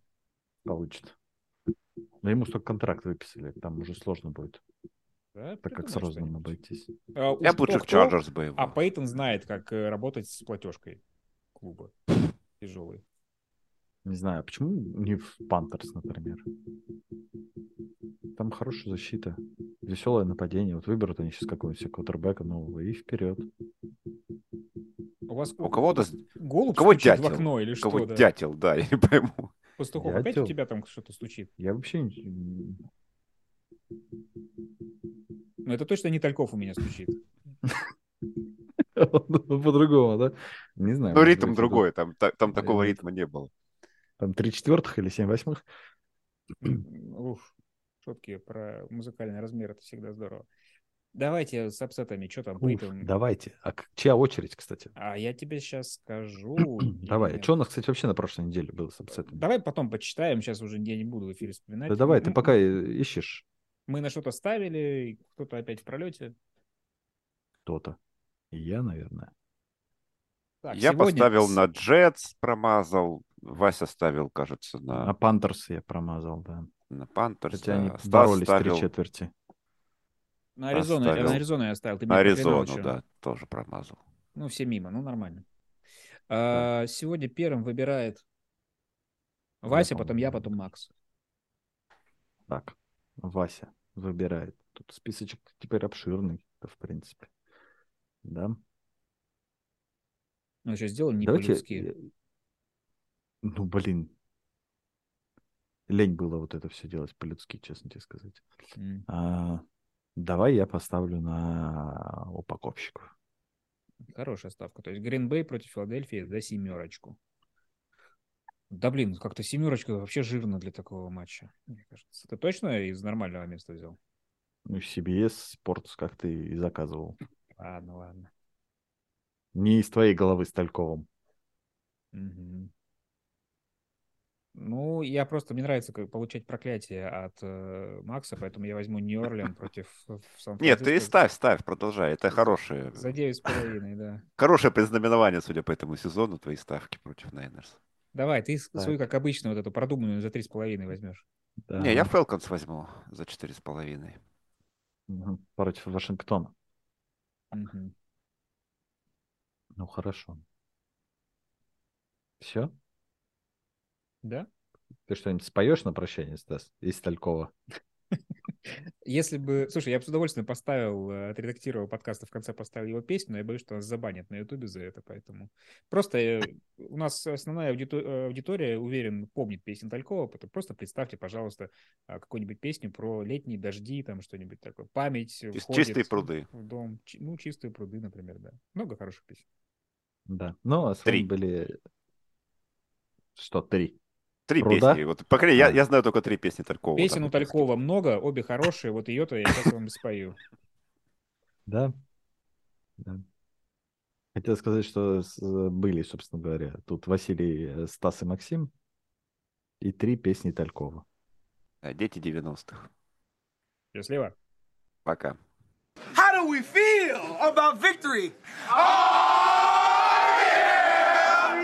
Speaker 1: получит. Но ему столько контракт выписали, там уже сложно будет,
Speaker 2: Да,
Speaker 1: так как с
Speaker 2: придумай
Speaker 1: Розаном
Speaker 2: что-нибудь.
Speaker 1: обойтись.
Speaker 2: А, уж
Speaker 3: Я бы лучше в
Speaker 2: кто-кто,
Speaker 3: Чарджерс бы его.
Speaker 2: А Пейтон знает, как э, работать с платежкой клуба. Тяжелый.
Speaker 1: Не знаю, а почему не в Пантерс, например? Там хорошая защита, веселое нападение. Вот выберут они сейчас какого-нибудь себе квотербека нового и вперед.
Speaker 2: У вас
Speaker 3: У кого-то с-
Speaker 2: голубь
Speaker 3: кого
Speaker 2: стучит в
Speaker 3: дятел?
Speaker 2: окно или
Speaker 3: кого
Speaker 2: ну, что? да?
Speaker 3: дятел, да, *laughs* я не пойму.
Speaker 2: Пастухов
Speaker 1: Я
Speaker 2: опять у
Speaker 1: тёл.
Speaker 2: тебя там что-то стучит?
Speaker 1: Я вообще не-
Speaker 2: Ну, это точно не Тальков у меня стучит.
Speaker 1: *laughs* Ну, по-другому, да? Не знаю.
Speaker 3: Ну,
Speaker 1: может
Speaker 3: ритм
Speaker 1: быть,
Speaker 3: другой, там, та- там
Speaker 1: Да,
Speaker 3: такого
Speaker 1: нет.
Speaker 3: ритма не было.
Speaker 1: Там три четвертых или семь восьмых.
Speaker 2: Уф, шутки про музыкальный размер, это всегда здорово. Давайте с апсетами, что там,
Speaker 1: Уф,
Speaker 2: Бейтон?
Speaker 1: Давайте. А к- чья очередь, кстати?
Speaker 2: А я тебе сейчас скажу.
Speaker 1: *clears throat* Давай.
Speaker 2: Нет.
Speaker 1: Что у нас, кстати, вообще на прошлой неделе было с апсетами?
Speaker 2: Давай потом почитаем, сейчас уже я не буду в эфире вспоминать.
Speaker 1: Да давай,
Speaker 2: М-
Speaker 1: ты
Speaker 2: м-
Speaker 1: пока и- ищешь
Speaker 2: Мы на что-то ставили, и кто-то опять в пролете.
Speaker 1: кто-то. Я, наверное.
Speaker 2: Так,
Speaker 3: я
Speaker 2: сегодня
Speaker 3: поставил
Speaker 2: с-
Speaker 3: на Джетс, промазал. Вася ставил, кажется,
Speaker 1: А
Speaker 3: на,
Speaker 1: Пантерс я промазал, да.
Speaker 3: на Пантерс.
Speaker 1: Хотя они
Speaker 3: да. Стас
Speaker 1: боролись три
Speaker 3: ставил
Speaker 1: четверти.
Speaker 2: На Аризону, э,
Speaker 3: оставил.
Speaker 2: на Аризону я оставил. Ты
Speaker 3: на
Speaker 2: меня проклинал
Speaker 3: Аризону,
Speaker 2: ещё.
Speaker 3: да, тоже промазал.
Speaker 2: Ну, все мимо, ну, нормально. А, сегодня первым выбирает
Speaker 1: Я,
Speaker 2: Вася, потом я,
Speaker 1: по-моему,
Speaker 2: потом Макс.
Speaker 1: Так, Вася выбирает. Тут списочек теперь обширный, в принципе. Да.
Speaker 2: Ну, еще сделали не
Speaker 1: Давайте...
Speaker 2: по-людски.
Speaker 1: э, Ну, блин. Лень было вот это все делать по-людски, честно тебе сказать.
Speaker 2: М.
Speaker 1: А, давай я поставлю на упаковщиков.
Speaker 2: Хорошая ставка. То есть Гринбей против Филадельфии за семерочку. Да блин, как-то семерочка вообще жирно для такого матча, мне кажется. Ты точно из нормального места взял?
Speaker 1: Ну, CBS Sports, как ты и заказывал.
Speaker 2: Ладно, ладно.
Speaker 1: Не из твоей головы с Тальковым.
Speaker 2: Мгм. Ну, я просто, мне нравится как получать проклятие от э, Макса, поэтому я возьму Нью-Орлеан против *laughs* э, сан
Speaker 3: Нет, ты ставь, ставь, продолжай. Это хорошее,
Speaker 2: За девять с половиной, да.
Speaker 3: хорошее предзнаменование, судя по этому сезону, твои ставки против Нейнерс.
Speaker 2: Давай, ты с-
Speaker 1: Так.
Speaker 2: свою, как обычно, вот эту продуманную за три с половиной возьмешь.
Speaker 1: Да.
Speaker 3: Не, я Фелконс возьму за 4,5.
Speaker 1: Мгм. Против Вашингтона.
Speaker 2: Мгм.
Speaker 1: Ну, хорошо. Все?
Speaker 2: Да?
Speaker 1: Ты что-нибудь споешь на прощание, Стас, из Талькова?
Speaker 2: Если бы... Слушай, я бы с удовольствием поставил, э, отредактировал подкаст, и в конце поставил его песню, но я боюсь, что нас забанят на Ютубе за это, поэтому... Просто э, у нас основная аудито- э, аудитория, уверен, помнит песню Талькова, поэтому просто представьте, пожалуйста, а, какую-нибудь песню про летние дожди, там что-нибудь такое. Память э,
Speaker 3: Чис-
Speaker 2: входит
Speaker 3: Чистые пруды.
Speaker 2: в дом. Чи- Ну, «Чистые пруды», например, да. Много хороших песен.
Speaker 1: Да. Ну, а с вами
Speaker 3: Три.
Speaker 1: были... Что, три?
Speaker 3: Три
Speaker 1: Пруда?
Speaker 3: песни. Вот, по крайней мере,
Speaker 1: А.
Speaker 3: я, я знаю только три песни Талькова.
Speaker 2: Песен
Speaker 3: там
Speaker 2: у
Speaker 3: вот так.
Speaker 2: Талькова много, обе хорошие, вот ее-то я сейчас вам и спою.
Speaker 1: Да. да. Хотел сказать, что с- э, были, собственно говоря, тут Василий, э, Стас и Максим и три песни Талькова.
Speaker 3: Да, э, Дети 90-х.
Speaker 2: Счастливо.
Speaker 3: Пока.
Speaker 5: How do we feel about victory? Oh!